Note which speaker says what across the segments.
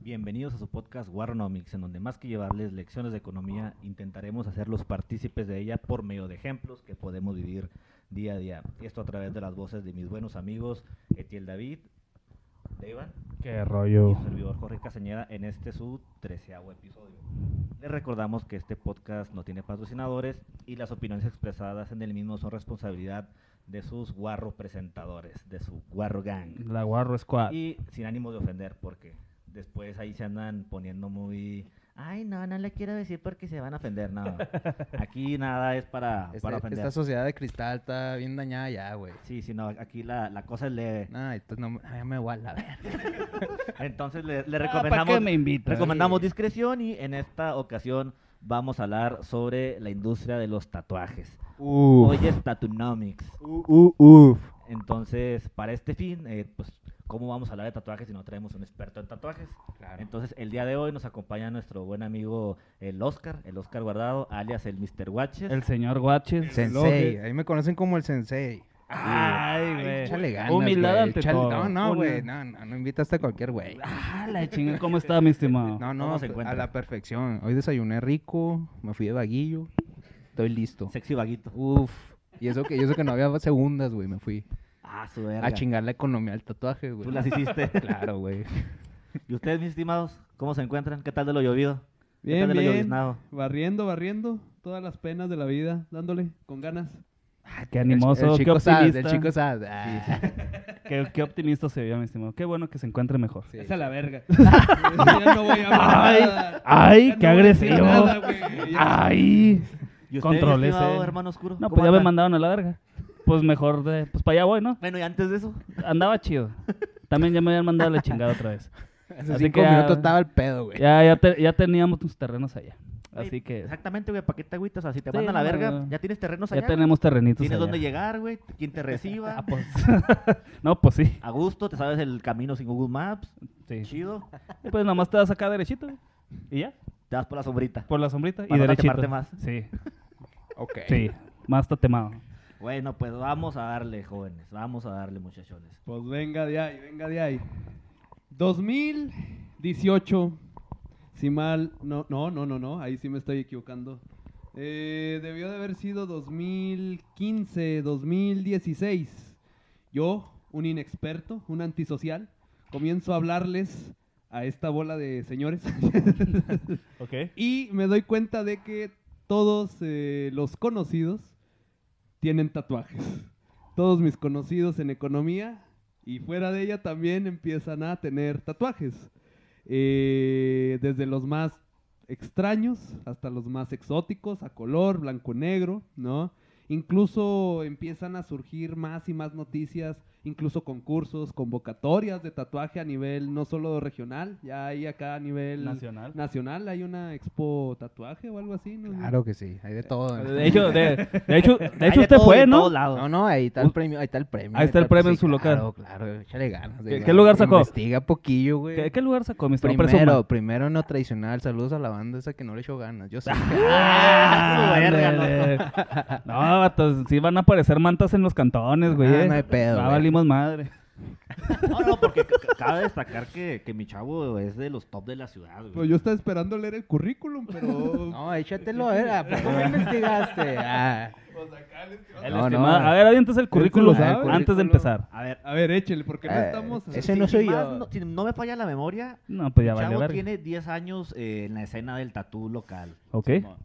Speaker 1: Bienvenidos a su podcast Warnomics, en donde más que llevarles lecciones de economía, intentaremos hacerlos partícipes de ella por medio de ejemplos que podemos vivir día a día. Esto a través de las voces de mis buenos amigos Etiel David, Devan
Speaker 2: Qué
Speaker 1: y
Speaker 2: rollo.
Speaker 1: su servidor Jorge Castañeda en este su treceavo episodio. Les recordamos que este podcast no tiene patrocinadores y las opiniones expresadas en el mismo son responsabilidad de sus guarro presentadores, de su guarro gang.
Speaker 2: La Guarro Squad.
Speaker 1: Y sin ánimo de ofender, porque después ahí se andan poniendo muy... Ay, no, no le quiero decir porque se van a ofender, no. Aquí nada es para,
Speaker 3: Este-
Speaker 1: para ofender.
Speaker 3: esta sociedad de cristal está bien dañada ya, güey.
Speaker 1: Sí, sí, no, aquí la, la cosa es leve.
Speaker 3: Nah, entonces no, me- ya me voy a la verga.
Speaker 1: Entonces le, le
Speaker 2: Ah, ¿pa'
Speaker 1: recomendamos...
Speaker 2: qué me invitas?
Speaker 1: Recomendamos discreción y en esta ocasión vamos a hablar sobre la industria de los tatuajes.
Speaker 2: Uf.
Speaker 1: Hoy es Tatunomics.
Speaker 2: Uf, uf.
Speaker 1: Entonces, para este fin, eh, pues, ¿cómo vamos a hablar de tatuajes si no traemos un experto en tatuajes? Entonces, el día de hoy nos acompaña nuestro buen amigo el Oscar, el Oscar Guardado, alias el Mr. Watches.
Speaker 2: El señor Watches.
Speaker 3: Sensei, ahí me conocen como el sensei.
Speaker 2: Ay, güey.
Speaker 3: Échale ganas,
Speaker 2: Humildad
Speaker 3: güey.
Speaker 2: ante
Speaker 3: Échale-
Speaker 2: todo.
Speaker 3: No, no, güey.
Speaker 2: Una-
Speaker 3: No, no, no invitaste a cualquier güey.
Speaker 2: Ah, la chinga, ¿cómo está, mi estimado?
Speaker 3: No, no,
Speaker 1: ¿Cómo se
Speaker 3: a
Speaker 1: encuentra?
Speaker 3: la perfección. Hoy desayuné rico, me fui de vaguillo, estoy listo.
Speaker 1: Sexy vaguito.
Speaker 3: Uf. Y eso que, y eso que no había segundas, güey, me fui
Speaker 1: Ah, su verga.
Speaker 3: a chingar la economía del tatuaje, güey.
Speaker 1: Tú las hiciste.
Speaker 3: Claro, güey.
Speaker 1: ¿Y ustedes, mis estimados, cómo se encuentran? ¿Qué tal de lo llovido? ¿Qué
Speaker 4: Bien,
Speaker 1: tal de lo
Speaker 4: bien.
Speaker 1: lloviznado?
Speaker 4: Barriendo, barriendo. Todas las penas de la vida, dándole con ganas.
Speaker 2: Ah, qué
Speaker 3: El-
Speaker 2: animoso,
Speaker 3: el
Speaker 2: qué
Speaker 3: chico sad,
Speaker 2: optimista.
Speaker 3: el chico sad. Ah,
Speaker 2: Qué, qué optimista se vio, mi estimado. Qué bueno que se encuentre mejor.
Speaker 3: sí.
Speaker 4: Esa es la verga. ya no voy a hablar
Speaker 2: Ay,
Speaker 4: nada.
Speaker 2: ay,
Speaker 4: Ya
Speaker 2: qué
Speaker 4: no voy a decir
Speaker 2: agresivo. Ah,
Speaker 4: nada, güey. Ya.
Speaker 2: ¡Ay!
Speaker 1: ¿Y usted, mi
Speaker 2: Control
Speaker 1: estimado
Speaker 2: ese.
Speaker 1: hermano oscuro?
Speaker 2: No,
Speaker 1: ¿cómo
Speaker 2: pues ya me
Speaker 1: anda?
Speaker 2: mandaron a la verga. Pues mejor, de, pues para allá voy, ¿no?
Speaker 1: Bueno, y antes de eso,
Speaker 2: Andaba chido. También ya me habían mandado a la chingada otra vez.
Speaker 3: Hace
Speaker 2: Así
Speaker 3: cinco
Speaker 2: que ya-
Speaker 3: minutos estaba el pedo, güey.
Speaker 2: Ya, ya, te- ya teníamos tus terrenos allá. Así
Speaker 1: Güey,
Speaker 2: que
Speaker 1: Exactamente, güey, ¿para qué te agüitas? O sea, si te
Speaker 2: Sí,
Speaker 1: mandan a la
Speaker 2: no,
Speaker 1: verga,
Speaker 2: no.
Speaker 1: ya tienes terrenos allá.
Speaker 2: ya
Speaker 1: güey.
Speaker 2: tenemos terrenitos
Speaker 1: Tienes
Speaker 2: allá.
Speaker 1: dónde llegar, güey, quien te reciba.
Speaker 2: Ah, pues. no, pues sí.
Speaker 1: A gusto, te sabes el camino sin Google Maps.
Speaker 2: sí.
Speaker 1: Chido.
Speaker 2: Pues nomás te vas acá derechito güey. y ya,
Speaker 1: Te vas por la sombrita.
Speaker 2: por la sombrita
Speaker 1: Para
Speaker 2: y
Speaker 1: no
Speaker 2: derechito.
Speaker 1: tatemarte más.
Speaker 2: Sí,
Speaker 3: Ok.
Speaker 2: sí, más tatemado.
Speaker 1: Bueno, pues vamos a darle, jóvenes. Vamos a darle, muchachones.
Speaker 4: Pues venga de ahí, venga de ahí. 2018. Si mal. No, no, no, no, no. Ahí sí me estoy equivocando. Eh, debió de haber sido 2015, 2016. Yo, un inexperto, un antisocial, comienzo a hablarles a esta bola de señores.
Speaker 2: Ok.
Speaker 4: y me doy cuenta de que todos eh, los conocidos tienen tatuajes. Todos mis conocidos en economía y fuera de ella también empiezan a tener tatuajes. Eh, desde los más extraños hasta los más exóticos, a color, blanco y negro, ¿no? Incluso empiezan a surgir más y más noticias, incluso concursos, convocatorias de tatuaje a nivel no solo regional, ya hay acá a nivel
Speaker 2: Nacional.
Speaker 4: nacional, hay una expo tatuaje o algo así, ¿no?
Speaker 3: Claro que sí, hay de todo. ¿no?
Speaker 2: De hecho, de, de hecho, de hecho
Speaker 1: Hay
Speaker 2: usted
Speaker 1: todo
Speaker 2: fue,
Speaker 1: en
Speaker 2: ¿no?
Speaker 1: todos lados.
Speaker 3: No, no, ahí está
Speaker 2: Uh,
Speaker 3: el premio, ahí está el premio.
Speaker 2: ahí está el premio en su local.
Speaker 3: Claro, claro, échale ganas.
Speaker 2: ¿Qué-
Speaker 3: diga,
Speaker 2: qué lugar sacó?
Speaker 3: Investiga poquillo, güey.
Speaker 2: ¿Qué, qué lugar sacó, mi estimado?
Speaker 3: Primero,
Speaker 2: Presuma.
Speaker 3: primero no tradicional. Saludos a la banda esa que no le echó ganas. Yo sé.
Speaker 1: Ah, su verga, no.
Speaker 2: Ándale. No, vatos, sí van a aparecer mantas en los cantones, güey.
Speaker 3: Ah,
Speaker 2: eh.
Speaker 3: no hay pedo,
Speaker 2: Ya
Speaker 3: güey.
Speaker 2: valimos madre.
Speaker 1: No, no, porque ca- ca- cabe destacar que, que mi chavo es de los top de la ciudad, güey.
Speaker 4: Pues yo estaba esperando leer el currículum, pero...
Speaker 3: No, échatelo, eh. ¿A poco no investigaste? Ah,
Speaker 4: pues acá les quiero-
Speaker 2: El
Speaker 3: No, no,
Speaker 2: estimado-
Speaker 3: no.
Speaker 2: A ver, aviéntese el currículum
Speaker 4: lo sabe, el
Speaker 2: antes de
Speaker 4: currículum.
Speaker 2: empezar.
Speaker 1: A ver,
Speaker 4: A ver, échele, porque no
Speaker 3: Eh,
Speaker 4: estamos...
Speaker 3: ese
Speaker 1: si-
Speaker 3: no
Speaker 1: si
Speaker 3: soy
Speaker 1: más
Speaker 3: yo.
Speaker 1: no- si no me falla la memoria,
Speaker 2: No, pues ya
Speaker 1: mi
Speaker 2: valió
Speaker 1: chavo
Speaker 2: verga.
Speaker 1: tiene 10 años eh, en la escena del tatú local.
Speaker 2: Ok.
Speaker 1: Simón.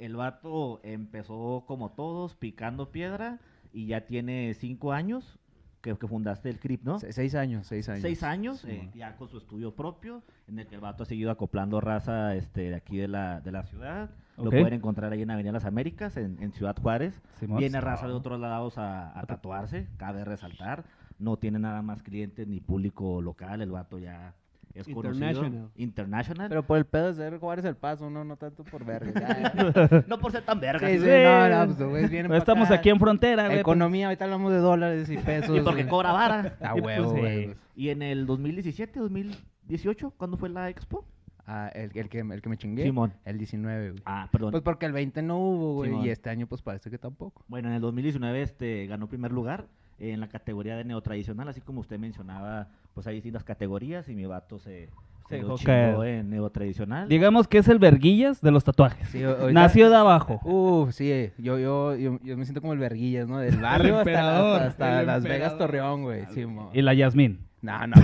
Speaker 1: El vato empezó como todos, picando piedra, y ya tiene cinco años que, que fundaste el CRIP, ¿no?
Speaker 3: se- seis años, seis años.
Speaker 1: Seis años, eh,
Speaker 3: Simón.
Speaker 1: ya con su estudio propio, en el que el vato ha seguido acoplando raza este, de aquí de la, de la ciudad. Lo
Speaker 2: Ok.
Speaker 1: pueden encontrar ahí en Avenida Las Américas, en, en Ciudad Juárez.
Speaker 3: pues
Speaker 2: Simón.
Speaker 1: Viene raza de otros lados a, a
Speaker 2: A tatu-
Speaker 1: tatuarse, cabe resaltar. No tiene nada más clientes ni público local, el vato ya es conocido.
Speaker 4: International.
Speaker 1: International.
Speaker 3: Pero por el pedo de ser Juárez el paso, no, no tanto por verga. ya.
Speaker 1: no por ser tan verga.
Speaker 3: Sí,
Speaker 1: sino-
Speaker 3: sí, no, no, pues, güey, vienen pa'
Speaker 2: Estamos
Speaker 3: acá.
Speaker 2: aquí en frontera, güey. pues.
Speaker 3: Economía, ahorita hablamos de dólares y pesos.
Speaker 1: Y porque
Speaker 3: güey.
Speaker 1: cobra vara.
Speaker 3: Ah,
Speaker 2: Y pues,
Speaker 3: huevo,
Speaker 2: sí.
Speaker 3: güey.
Speaker 1: Y en el 2017, 2018, ¿cuándo fue la expo?
Speaker 3: Ah, el, el que, el que me chingué.
Speaker 1: Simón.
Speaker 3: El 19, güey.
Speaker 1: Ah, perdón.
Speaker 3: Pues porque el 20 no hubo, güey.
Speaker 1: Simón.
Speaker 3: Y este año, pues parece que tampoco.
Speaker 1: Bueno, en el 2019 este, ganó primer lugar en la categoría de neotradicional, así como usted mencionaba, pues hay distintas categorías y mi vato se, Se lo
Speaker 2: ok.
Speaker 1: chingó en neotradicional.
Speaker 2: pues, Digamos que es el verguillas de los tatuajes.
Speaker 3: Sí, o- ahorita-
Speaker 2: Nació de abajo.
Speaker 3: Uf, sí, eh, yo, yo, yo, yo me siento como el verguillas, ¿no? Del barrio hasta-
Speaker 4: emperador,
Speaker 3: hasta, hasta
Speaker 4: el
Speaker 3: Las Vegas
Speaker 4: emperador.
Speaker 3: Torreón, güey. Sí, mo.
Speaker 2: Y la Yasmín.
Speaker 3: No, no.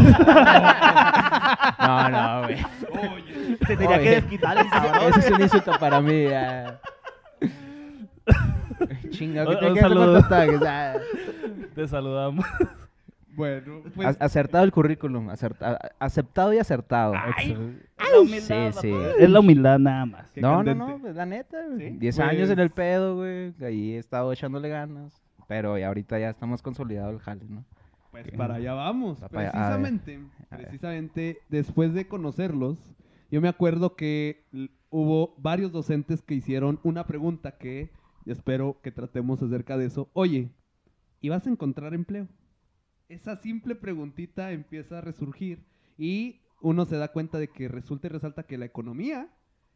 Speaker 3: no, no, güey.
Speaker 1: Se tenía
Speaker 3: Oye.
Speaker 1: que desquitar el cabrón.
Speaker 3: Ese es un insulto para mí. ah. Chinga, ¿qué
Speaker 2: Un-
Speaker 3: te
Speaker 2: un
Speaker 3: quedas con
Speaker 2: saludo.
Speaker 3: los tatuajes? Ah.
Speaker 2: Te saludamos.
Speaker 4: Bueno,
Speaker 3: A-
Speaker 4: pues
Speaker 3: Acertado el currículum, acerta- aceptado y acertado.
Speaker 2: la humildad,
Speaker 3: sí, sí.
Speaker 2: papá. Es la humildad nada más.
Speaker 4: Qué
Speaker 3: No, no,
Speaker 4: candente.
Speaker 3: no, pues, la neta,
Speaker 4: Sí,
Speaker 3: 10
Speaker 4: pues.
Speaker 3: años en el pedo, güey, ahí he estado echándole ganas, pero ya ahorita ya estamos consolidados el jale, ¿no?
Speaker 4: Pues para allá vamos.
Speaker 3: Va para allá, a ver,
Speaker 4: Precisamente,
Speaker 3: a ver.
Speaker 4: precisamente después de conocerlos, yo me acuerdo que l- hubo varios docentes que hicieron una pregunta que espero que tratemos acerca de eso. Oye, ¿y vas a encontrar empleo? Esa simple preguntita empieza a resurgir y uno se da cuenta de que resulta y resalta que la economía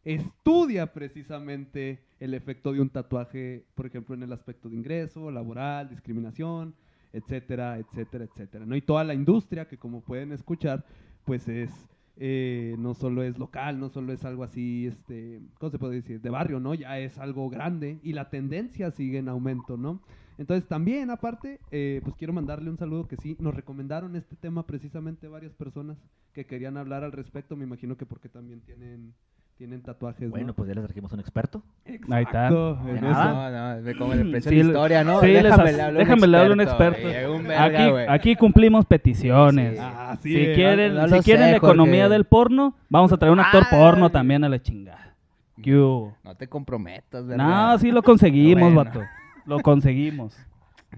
Speaker 4: estudia precisamente el efecto de un tatuaje, por ejemplo, en el aspecto de ingreso, laboral, discriminación, etcétera, etcétera, etcétera. ¿no? Y toda la industria que como pueden escuchar, pues es, eh, no solo es local, no solo es algo así, este, ¿cómo se puede decir? De barrio, ¿no? Ya es algo grande y la tendencia sigue en aumento, ¿no? Entonces también, aparte, eh, pues quiero mandarle un saludo que sí, nos recomendaron este tema precisamente varias personas que querían hablar al respecto, me imagino que porque también tienen, tienen tatuajes.
Speaker 1: Bueno,
Speaker 4: ¿no?
Speaker 1: pues ya les trajimos un experto.
Speaker 2: Ahí está.
Speaker 4: Exacto, en
Speaker 3: No,
Speaker 4: eso.
Speaker 3: no, de como el precio
Speaker 2: Sí,
Speaker 3: de
Speaker 2: le-
Speaker 3: la historia, ¿no?
Speaker 2: sí, les
Speaker 3: déjame
Speaker 2: as-
Speaker 3: le hablo
Speaker 2: déjame le hablo a un
Speaker 3: güey,
Speaker 2: experto.
Speaker 3: un verga,
Speaker 2: Aquí,
Speaker 3: güey.
Speaker 2: aquí cumplimos peticiones.
Speaker 3: Sí.
Speaker 4: Así
Speaker 2: Si
Speaker 4: es.
Speaker 2: quieren,
Speaker 3: no
Speaker 2: si
Speaker 3: lo
Speaker 2: quieren
Speaker 3: sé,
Speaker 2: la economía
Speaker 3: Jorge.
Speaker 2: del porno, vamos a traer un actor
Speaker 3: Ah,
Speaker 2: porno
Speaker 3: güey.
Speaker 2: también a la chingada. ¿Qué hubo?
Speaker 3: No te comprometas, ¿verdad?
Speaker 2: No, sí lo conseguimos,
Speaker 3: Bueno.
Speaker 2: vato. Lo conseguimos.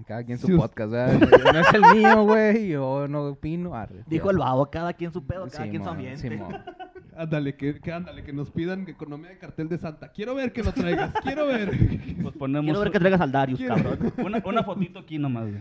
Speaker 3: Cada quien su
Speaker 4: Si us-
Speaker 3: podcast, ¿verdad? No es el mío, güey, yo no opino. arre.
Speaker 1: Dijo el babo, cada quien su pedo, cada quien su
Speaker 3: Simón,
Speaker 1: ambiente.
Speaker 3: Simón.
Speaker 4: Ándale, que, que ándale, que nos pidan economía de cartel de Santa. Quiero ver que lo traigas, quiero ver.
Speaker 2: Pues ponemos
Speaker 1: Quiero ver que traigas al Darius,
Speaker 4: Quiero-
Speaker 1: cabrón.
Speaker 2: una, una fotito aquí nomás. güey.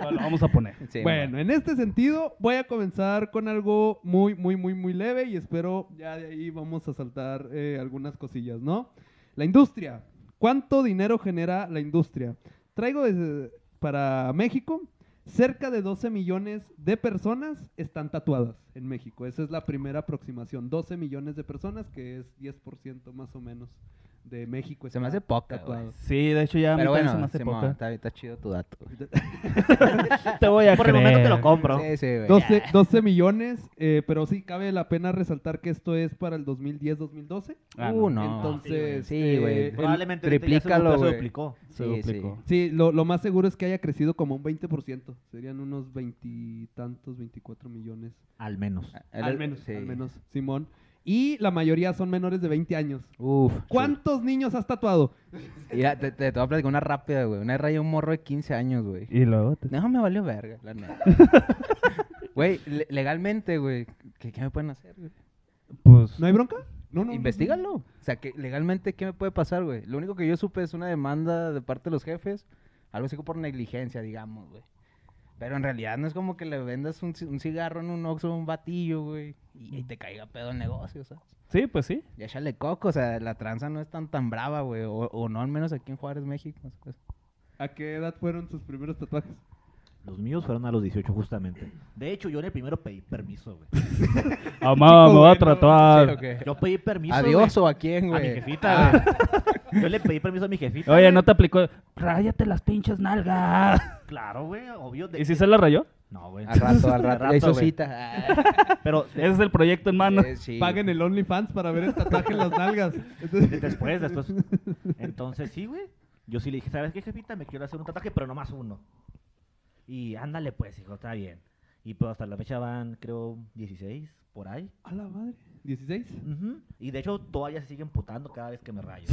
Speaker 2: No, Lo vamos a poner.
Speaker 3: Simón.
Speaker 4: bueno, en este sentido, voy a comenzar con algo muy, muy, muy, muy leve y espero ya de ahí vamos a saltar eh, algunas cosillas, ¿no? La industria. ¿Cuánto dinero genera la industria? Traigo desde- para México. Cerca de 12 millones de personas están tatuadas en México. Esa es la primera aproximación. 12 millones de personas, que es 10% más o menos de México.
Speaker 3: Se me
Speaker 4: está
Speaker 3: hace poca,
Speaker 4: tatuado.
Speaker 3: güey.
Speaker 2: Sí, de hecho ya me
Speaker 3: Pero
Speaker 2: parece
Speaker 3: bueno,
Speaker 2: más de
Speaker 3: Simón,
Speaker 2: poca.
Speaker 3: está, está chido tu dato. güey.
Speaker 2: Te voy a
Speaker 1: Por el momento te
Speaker 2: creer.
Speaker 1: lo compro.
Speaker 3: Sí, sí, güey.
Speaker 4: 12, 12 millones, eh, pero sí cabe la pena resaltar que esto es para el 2010-2012.
Speaker 2: Ah,
Speaker 3: Uh,
Speaker 2: no.
Speaker 3: no.
Speaker 4: Entonces,
Speaker 3: Sí, güey.
Speaker 4: eh, el-
Speaker 1: Probablemente ahorita ya se
Speaker 3: triplícalo,
Speaker 1: duplicó, se duplicó.
Speaker 2: Se
Speaker 3: güey. Sí, sí.
Speaker 2: duplicó.
Speaker 4: sí, lo, lo más seguro es que haya crecido como un 20%. Serían unos veintitantos, 24 millones.
Speaker 1: Al menos.
Speaker 3: El-
Speaker 4: al menos,
Speaker 3: sí.
Speaker 4: al menos, Simón. Y la mayoría son menores de 20 años.
Speaker 3: Uf.
Speaker 4: ¿Cuántos niños has tatuado?
Speaker 3: Mira, te, te, te voy a platicar una rápida, güey. Una raya un morro de 15 años, güey.
Speaker 2: Y luego. te-
Speaker 3: No, me valió verga, la neta. Güey, le- legalmente, güey, ¿qué, qué me pueden hacer, güey?
Speaker 2: Pues.
Speaker 4: ¿No hay bronca? No, no. no.
Speaker 3: Investígalo. O sea, que legalmente, ¿qué me puede pasar, güey? Lo único que yo supe es una demanda de parte de los jefes, algo así como por negligencia, digamos, güey. Pero en realidad no es como que le vendas un, ci- un cigarro en un oxo, un batillo, güey, y, y te caiga pedo el negocio, ¿sabes?
Speaker 2: Sí, pues sí.
Speaker 3: Ya échale coco, o sea, la tranza no es tan tan brava, güey, o, o no, al menos aquí en Juárez, México. esas cosas.
Speaker 4: ¿A qué edad fueron sus primeros tatuajes?
Speaker 1: Los míos fueron a los 18 justamente. De hecho, yo en el primero pedí permiso, güey.
Speaker 2: Amado, Ah, me voy a
Speaker 4: bueno,
Speaker 2: tratar.
Speaker 3: Sí, o qué?
Speaker 1: Yo pedí permiso,
Speaker 3: ¿Adiós
Speaker 1: güey,
Speaker 3: o a quién,
Speaker 1: A mi
Speaker 3: güey? Ah.
Speaker 1: jefita, güey. Yo le pedí permiso a mi jefita.
Speaker 2: Oye,
Speaker 1: güey.
Speaker 2: no te aplicó. Ráyate las pinches nalgas.
Speaker 1: Claro, güey, obvio. de-
Speaker 2: ¿Y si se la rayó?
Speaker 1: No, güey.
Speaker 3: Al rato, al rato. Le hizo
Speaker 1: güey.
Speaker 3: cita. Ah,
Speaker 1: Pero de-
Speaker 2: Ese es el proyecto en mano.
Speaker 3: Eh, sí.
Speaker 4: Paguen el OnlyFans para ver el tatuaje en las nalgas.
Speaker 1: de- después, después. Entonces, sí, güey. Yo sí le dije, ¿sabes qué, jefita? Me quiero hacer un tatuaje, pero nomás uno. Y ándale, pues, hijo, está bien. Y pues hasta la fecha van, creo, 16 por ahí.
Speaker 4: A la madre. ¿16?
Speaker 1: Ujú. Y de hecho todavía se sigue emputando cada vez que me rayo.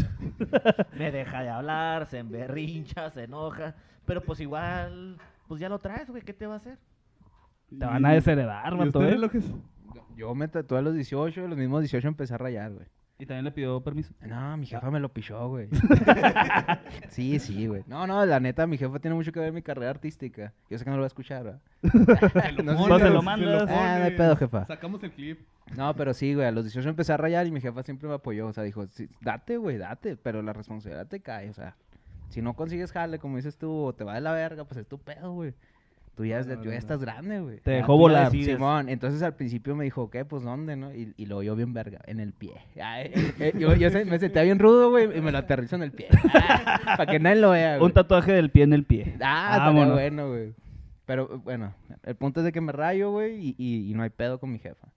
Speaker 1: me deja de hablar, se emberrincha, se enoja. Pero pues igual, pues ya lo traes, güey, ¿qué te va a hacer?
Speaker 2: Te van a desheredar,
Speaker 4: ¿Y
Speaker 2: vato.
Speaker 4: ustedes,
Speaker 2: ¿eh?
Speaker 4: Lojes?
Speaker 3: Yo me tatué a los 18, los mismos 18 empecé a rayar, güey.
Speaker 2: Y también le pidió permiso.
Speaker 3: No, mi jefa me lo pichó, güey. sí, sí, güey. No, no, la neta, mi jefa tiene mucho que ver en mi carrera artística. Yo sé que no lo va a escuchar, ¿verdad? No sé si-
Speaker 2: Pues se lo
Speaker 4: Pones,
Speaker 2: mandas.
Speaker 4: pones.
Speaker 3: Ah, no hay pedo, jefa.
Speaker 4: Sacamos el clip.
Speaker 3: No, pero sí, güey, a los 18 empecé a rayar y mi jefa siempre me apoyó. O sea, dijo, "Sí, date, güey, date, pero la responsabilidad te cae. O sea, si no consigues jale, como dices tú, o te va de la verga, pues es tu pedo, güey. Tú ya, es de-
Speaker 4: No,
Speaker 3: tú ya
Speaker 4: no, no.
Speaker 3: estás grande, güey. Pues,
Speaker 2: Te
Speaker 1: Ya,
Speaker 2: dejó
Speaker 1: tú ya
Speaker 2: volar.
Speaker 1: decides.
Speaker 3: Simón, entonces al principio me dijo, ¿qué? Pues dónde, ¿no? Y, y lo oyó bien verga, en el pie. Ay, eh, yo yo se- me sentía bien rudo, güey, y me lo aterrizo en el pie. Para que nadie lo vea, güey.
Speaker 2: Un tatuaje del pie en el pie.
Speaker 3: Ah, estaría
Speaker 2: Vámonos.
Speaker 3: bueno, güey. Pero eh, bueno, el punto es de que me rayo, güey, y, y- y no hay pedo con mi jefa.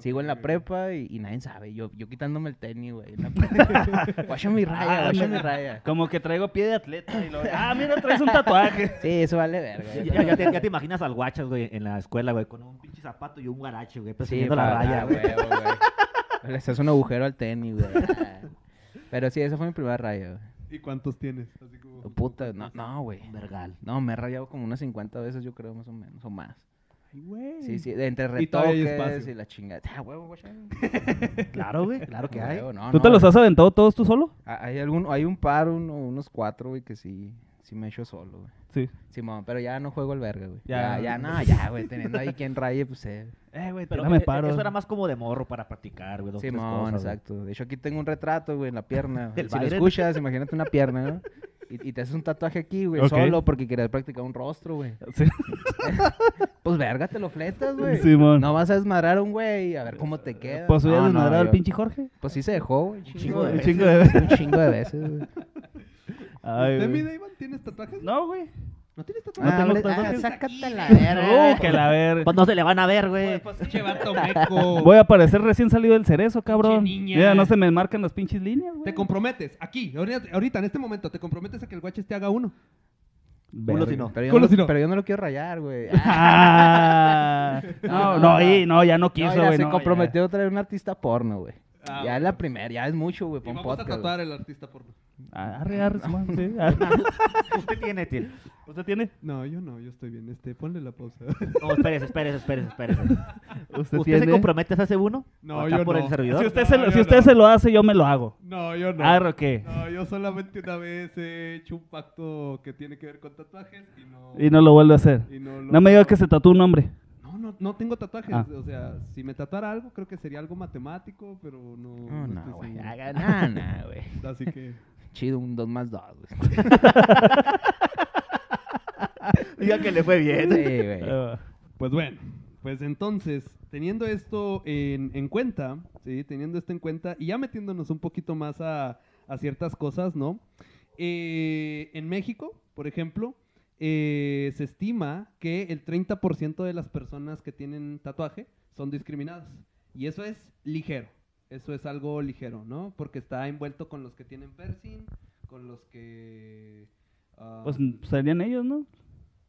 Speaker 3: Sigo en la
Speaker 4: Ok.
Speaker 3: prepa y, y nadie sabe. Yo, yo quitándome el tenis, güey. en la prepa. Guacha mi raya,
Speaker 2: Ah,
Speaker 3: guacha mi
Speaker 2: mira.
Speaker 3: raya.
Speaker 2: Como que traigo pie de atleta. y lo- Ah, mira, traes un tatuaje.
Speaker 3: Sí, eso vale verga.
Speaker 1: Ya, ya- ya te, ya te imaginas al guachas, güey, en la escuela, güey, con un pinche zapato y un guarache, güey, persiguiendo la
Speaker 3: para-
Speaker 1: raya,
Speaker 3: ah,
Speaker 1: güey.
Speaker 3: huevo, güey. Le haces un agujero al tenis, güey. Ah. Pero sí, esa fue mi primera raya, güey.
Speaker 4: ¿Y cuántos tienes? Así como-
Speaker 3: Puta, no, no, güey.
Speaker 1: Un Vergal.
Speaker 3: No, me he rayado como unas 50 veces, yo creo, más o menos, o más.
Speaker 4: Ay, güey.
Speaker 1: Mm.
Speaker 3: Sí, sí, de entre
Speaker 4: Y todavía hay
Speaker 3: retoques y,
Speaker 4: espacio.
Speaker 3: la chingada. Ah, huevo, guacha.
Speaker 1: Claro, güey, claro que hay.
Speaker 3: Huevo, no,
Speaker 2: ¿Tú
Speaker 3: no,
Speaker 2: te los
Speaker 3: güey.
Speaker 2: has aventado todos tú solo?
Speaker 3: Ah, Hay, algún, hay un par, uno, unos cuatro, güey, que sí, sí me echo solo, güey.
Speaker 2: Sí.
Speaker 3: Simón, pero ya no juego al verga, güey. Ya,
Speaker 2: Ya.
Speaker 3: ya, no, ya, güey. Teniendo ahí quien raye, pues, eh.
Speaker 2: Eh, güey,
Speaker 1: Pero
Speaker 2: pero me
Speaker 1: eh, eh,
Speaker 2: paro.
Speaker 1: eso era más como de morro para practicar, güey, dos, tres
Speaker 3: Simón,
Speaker 1: cosas, güey.
Speaker 3: exacto. De hecho, aquí tengo un retrato, güey, en la pierna.
Speaker 1: Del
Speaker 3: si lo
Speaker 1: Biden.
Speaker 3: escuchas, imagínate una pierna, ¿no? Y, y te haces un tatuaje aquí, güey,
Speaker 2: Ok.
Speaker 3: solo porque querías practicar un rostro, güey.
Speaker 2: Sí.
Speaker 3: Pues verga, te lo fletas, güey.
Speaker 2: Simón.
Speaker 3: No vas a desmadrar a un güey, a ver cómo te queda.
Speaker 2: Pues hubiera
Speaker 3: No, no,
Speaker 2: desmadrado al
Speaker 3: yo-
Speaker 2: pinche Jorge.
Speaker 3: Pues sí se dejó, güey. Un
Speaker 1: chingo de
Speaker 2: Un
Speaker 1: veces.
Speaker 2: chingo de veces.
Speaker 3: Un chingo de veces, güey.
Speaker 2: Ay,
Speaker 4: ¿Usted, mi
Speaker 2: güey.
Speaker 4: Damon, tienes tatuajes?
Speaker 2: No, güey.
Speaker 4: ¿No tienes tatuajes?
Speaker 3: Ah,
Speaker 2: tengo
Speaker 3: hombre, ah,
Speaker 2: tatuajes.
Speaker 3: sácate la verga.
Speaker 2: Uh, que la ver.
Speaker 1: Pues no se le van a ver, güey.
Speaker 4: Pues,
Speaker 2: Voy a parecer recién salido del cerezo, cabrón.
Speaker 4: niña.
Speaker 2: Mira, no se me marcan las pinches líneas, güey.
Speaker 4: Te comprometes, aquí, ahorita, ahorita, en este momento, te comprometes a que el guaches te haga uno.
Speaker 1: Culo si
Speaker 2: Verga.
Speaker 1: no.
Speaker 3: Pero yo,
Speaker 4: Con
Speaker 3: no,
Speaker 4: los
Speaker 3: lo-
Speaker 4: sino-
Speaker 3: pero yo no lo quiero rayar, güey.
Speaker 2: Ah.
Speaker 3: No,
Speaker 2: no,
Speaker 3: no,
Speaker 2: no, y- no, ya no quiso,
Speaker 3: No, ya
Speaker 2: güey.
Speaker 3: se
Speaker 2: no,
Speaker 3: comprometió a traer un artista porno, güey.
Speaker 4: Ah,
Speaker 3: ya es
Speaker 4: bueno.
Speaker 3: la primera, ya es mucho, güey,
Speaker 4: Y
Speaker 3: para un
Speaker 4: vamos
Speaker 3: podcast.
Speaker 4: a
Speaker 3: güey.
Speaker 4: tatuar al artista porno.
Speaker 2: ya. Arre, arre, Simón, sí, arre.
Speaker 1: Usted tiene, tiene.
Speaker 2: ¿Usted tiene?
Speaker 4: No, yo no, yo estoy bien. Este, ponle la pausa.
Speaker 1: No, espérese, espérese, espérese, espérese.
Speaker 2: ¿Usted,
Speaker 1: ¿Usted se compromete a ese uno?
Speaker 4: No,
Speaker 1: Acá
Speaker 4: yo
Speaker 1: por
Speaker 4: no.
Speaker 1: el servidor.
Speaker 2: Si usted,
Speaker 4: No,
Speaker 2: se, lo,
Speaker 4: yo
Speaker 2: si usted
Speaker 4: no.
Speaker 2: se lo hace, yo me lo hago.
Speaker 4: No, yo no.
Speaker 2: Arre, ¿o Ah, ¿qué?
Speaker 4: No, yo solamente una vez he hecho un pacto que tiene que ver con tatuajes y no...
Speaker 2: Y no lo vuelve a hacer.
Speaker 4: y no lo-
Speaker 2: No me diga que se tatúe un hombre.
Speaker 4: No, no, no tengo tatuajes.
Speaker 2: Ah.
Speaker 4: O sea, si me tatuara algo, creo que sería algo matemático, pero no...
Speaker 3: No, Oh, no,
Speaker 4: estoy
Speaker 3: güey.
Speaker 4: seguro.
Speaker 3: haga- No, no, güey.
Speaker 4: Así que...
Speaker 3: Chido, un 2 más 2, güey.
Speaker 1: Diga que le fue bien.
Speaker 3: Sí, güey.
Speaker 2: Ah,
Speaker 4: Pues bueno, pues entonces, teniendo esto en, en cuenta, ¿sí? Teniendo esto en cuenta y ya metiéndonos un poquito más a, a ciertas cosas, ¿no? Eh, en México, por ejemplo, eh, se estima que el 30% de las personas que tienen tatuaje son discriminadas. Y eso es ligero, eso es algo ligero, ¿no? Porque está envuelto con los que tienen piercing, con los que... ah,
Speaker 2: Pues serían ellos, ¿no?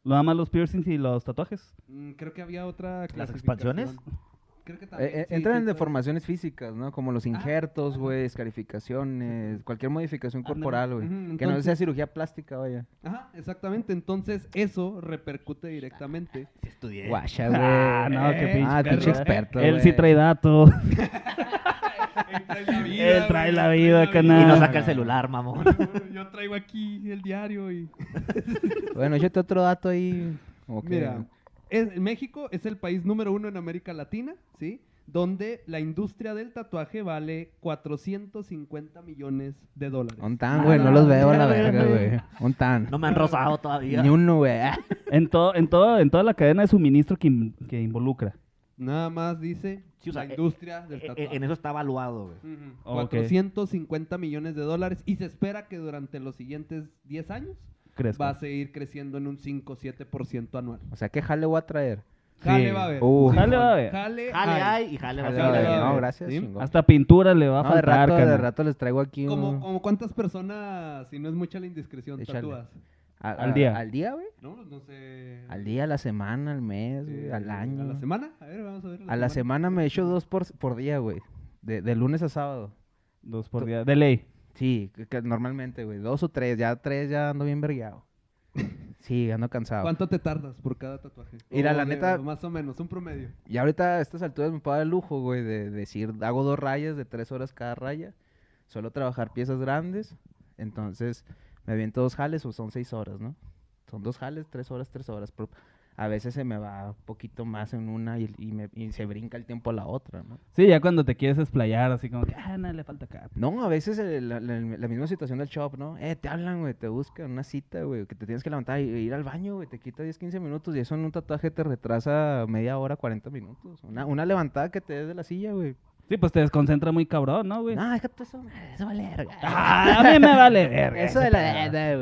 Speaker 2: Nada más los piercings y los tatuajes.
Speaker 4: Mm, Creo que había otra
Speaker 1: ¿Las expansiones?
Speaker 4: clasificación. Creo que también.
Speaker 3: Eh, eh,
Speaker 4: Ah, sí,
Speaker 3: entran
Speaker 4: sí,
Speaker 3: en
Speaker 4: todo.
Speaker 3: deformaciones físicas, ¿no? Como los injertos, güey, escarificaciones, cualquier modificación
Speaker 2: Ándale.
Speaker 3: corporal, güey.
Speaker 4: Ujú,
Speaker 3: Que no sea
Speaker 4: entonces-
Speaker 3: cirugía plástica, vaya.
Speaker 4: Ajá, exactamente. Entonces, eso repercute directamente.
Speaker 1: Sí estudié.
Speaker 3: Guacha, güey.
Speaker 2: Ah, no, qué
Speaker 4: eh,
Speaker 2: pinche.
Speaker 3: ah, pinche
Speaker 2: perro.
Speaker 3: experto,
Speaker 2: Él
Speaker 3: güey.
Speaker 2: sí trae datos.
Speaker 4: Él trae la
Speaker 2: Él trae la
Speaker 4: güey,
Speaker 2: vida,
Speaker 4: trae
Speaker 1: Y no
Speaker 2: Ah, carnal.
Speaker 1: saca el celular, mamón.
Speaker 4: Yo traigo aquí el diario y.
Speaker 3: Bueno, échate otro dato ahí. Como que...
Speaker 4: Mira, es- México es el país número uno en América Latina, ¿sí? Donde la industria del tatuaje vale 450 millones de dólares.
Speaker 3: Un tan, güey, no los veo a la verga, güey. Un tan.
Speaker 1: No me han rozado todavía.
Speaker 3: Ni uno, güey.
Speaker 2: En, todo, en, todo, en toda la cadena de suministro que, in- que involucra.
Speaker 4: Nada más dice
Speaker 1: Sí, o sea,
Speaker 4: la
Speaker 1: eh,
Speaker 4: industria del
Speaker 1: Eh,
Speaker 4: tatuaje.
Speaker 1: eh, En eso está evaluado, güey.
Speaker 4: Ujú.
Speaker 2: Ok.
Speaker 4: 450 millones de dólares y se espera que durante los siguientes 10 años
Speaker 2: ¿Crees?
Speaker 4: va a seguir creciendo en un 5-7% anual.
Speaker 3: O sea, ¿qué jale voy a traer?
Speaker 4: Jale va a haber.
Speaker 3: Uh.
Speaker 2: Jale va a haber.
Speaker 4: Jale
Speaker 1: Jale
Speaker 4: hay.
Speaker 1: hay y jale va a
Speaker 3: Jale,
Speaker 4: va a
Speaker 1: ser.
Speaker 4: haber.
Speaker 1: güey.
Speaker 3: Ah, no,
Speaker 4: güey.
Speaker 3: gracias.
Speaker 4: ¿Sí?
Speaker 3: chingón.
Speaker 2: Hasta pintura le va a
Speaker 3: No, de
Speaker 2: faltar,
Speaker 3: rato, de
Speaker 2: carnal.
Speaker 3: rato les traigo aquí
Speaker 4: Como,
Speaker 3: un...
Speaker 4: como cuántas personas, si no es mucha la indiscreción,
Speaker 3: Échale.
Speaker 4: tatúas.
Speaker 3: a-
Speaker 2: al
Speaker 3: a-
Speaker 2: día.
Speaker 3: Al día, güey.
Speaker 4: No, no sé.
Speaker 3: Al día, a la semana, al mes, güey,
Speaker 4: eh,
Speaker 3: al año.
Speaker 4: A la semana. A ver, vamos a ver.
Speaker 3: A la semana me echo dos por, por día, güey. De, de lunes a sábado.
Speaker 2: Dos por día. De ley.
Speaker 3: Sí, que, que normalmente, güey. Dos o tres. Ya tres ya ando bien vergueado. Sí, ando cansado.
Speaker 4: ¿Cuánto te tardas por cada tatuaje?
Speaker 3: Mira,
Speaker 4: O
Speaker 3: la
Speaker 4: de-
Speaker 3: neta-
Speaker 4: Más o menos, un promedio.
Speaker 3: Y ahorita a estas alturas me puedo dar el lujo, güey, de decir, hago dos rayas de tres horas cada raya. Suelo trabajar piezas grandes. Entonces, me aviento dos jales o son seis horas, ¿no? Son dos jales, tres horas, tres horas. Por, a veces se me va un poquito más en una y, y me- y se brinca el tiempo a la otra, ¿no?
Speaker 2: Sí, ya cuando te quieres explayar, así como que, ah, no, le falta acá.
Speaker 3: No, a veces el- la, la- la misma situación del shop, ¿no? Eh, te hablan, güey, te buscan una cita, güey, que te tienes que levantar y e ir al baño, güey, te quita 10, 15 minutos y eso en un tatuaje te retrasa media hora, 40 minutos. Una, una levantada que te des de la silla, güey.
Speaker 2: Sí, pues te desconcentra muy cabrón, ¿no, güey?
Speaker 3: No, déjate eso, eso vale verga.
Speaker 2: Ah, a mí me vale verga.
Speaker 3: Eso de
Speaker 2: ese
Speaker 3: la
Speaker 2: pedo.
Speaker 3: edad,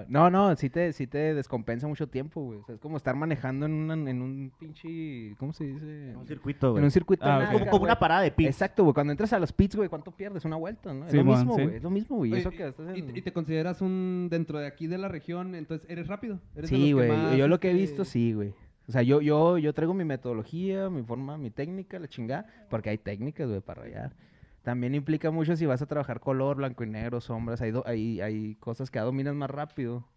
Speaker 3: güey. No, no, no, sí, te, sí te descompensa mucho tiempo, güey. O sea, es como estar manejando en, una- en un pinche. ¿Cómo se dice?
Speaker 1: En un circuito,
Speaker 3: En
Speaker 1: güey.
Speaker 3: un circuito. de
Speaker 2: Ah, ok.
Speaker 1: Como,
Speaker 3: naranja,
Speaker 1: como una
Speaker 3: güey.
Speaker 1: parada de pits.
Speaker 3: Exacto, güey. Cuando entras a los pits, güey, ¿cuánto pierdes? Una vuelta, ¿no? Es
Speaker 2: Sí,
Speaker 3: lo
Speaker 2: man,
Speaker 3: mismo,
Speaker 2: sí.
Speaker 3: güey. Es lo mismo, güey.
Speaker 4: Oye,
Speaker 3: Eso que estás
Speaker 4: y, te-
Speaker 3: en-
Speaker 4: y te consideras un dentro de aquí de la región, entonces eres rápido. ¿Eres de los
Speaker 3: Sí,
Speaker 4: que
Speaker 3: güey.
Speaker 4: más,
Speaker 3: Yo lo que he visto,
Speaker 4: este,
Speaker 3: sí, güey. O sea, yo, yo, yo traigo mi metodología, mi forma, mi técnica, la chingada, porque hay técnicas, güey, para rayar. También implica mucho si vas a trabajar color, blanco y negro, sombras, hay, do- hay, hay cosas que ya dominas más rápido.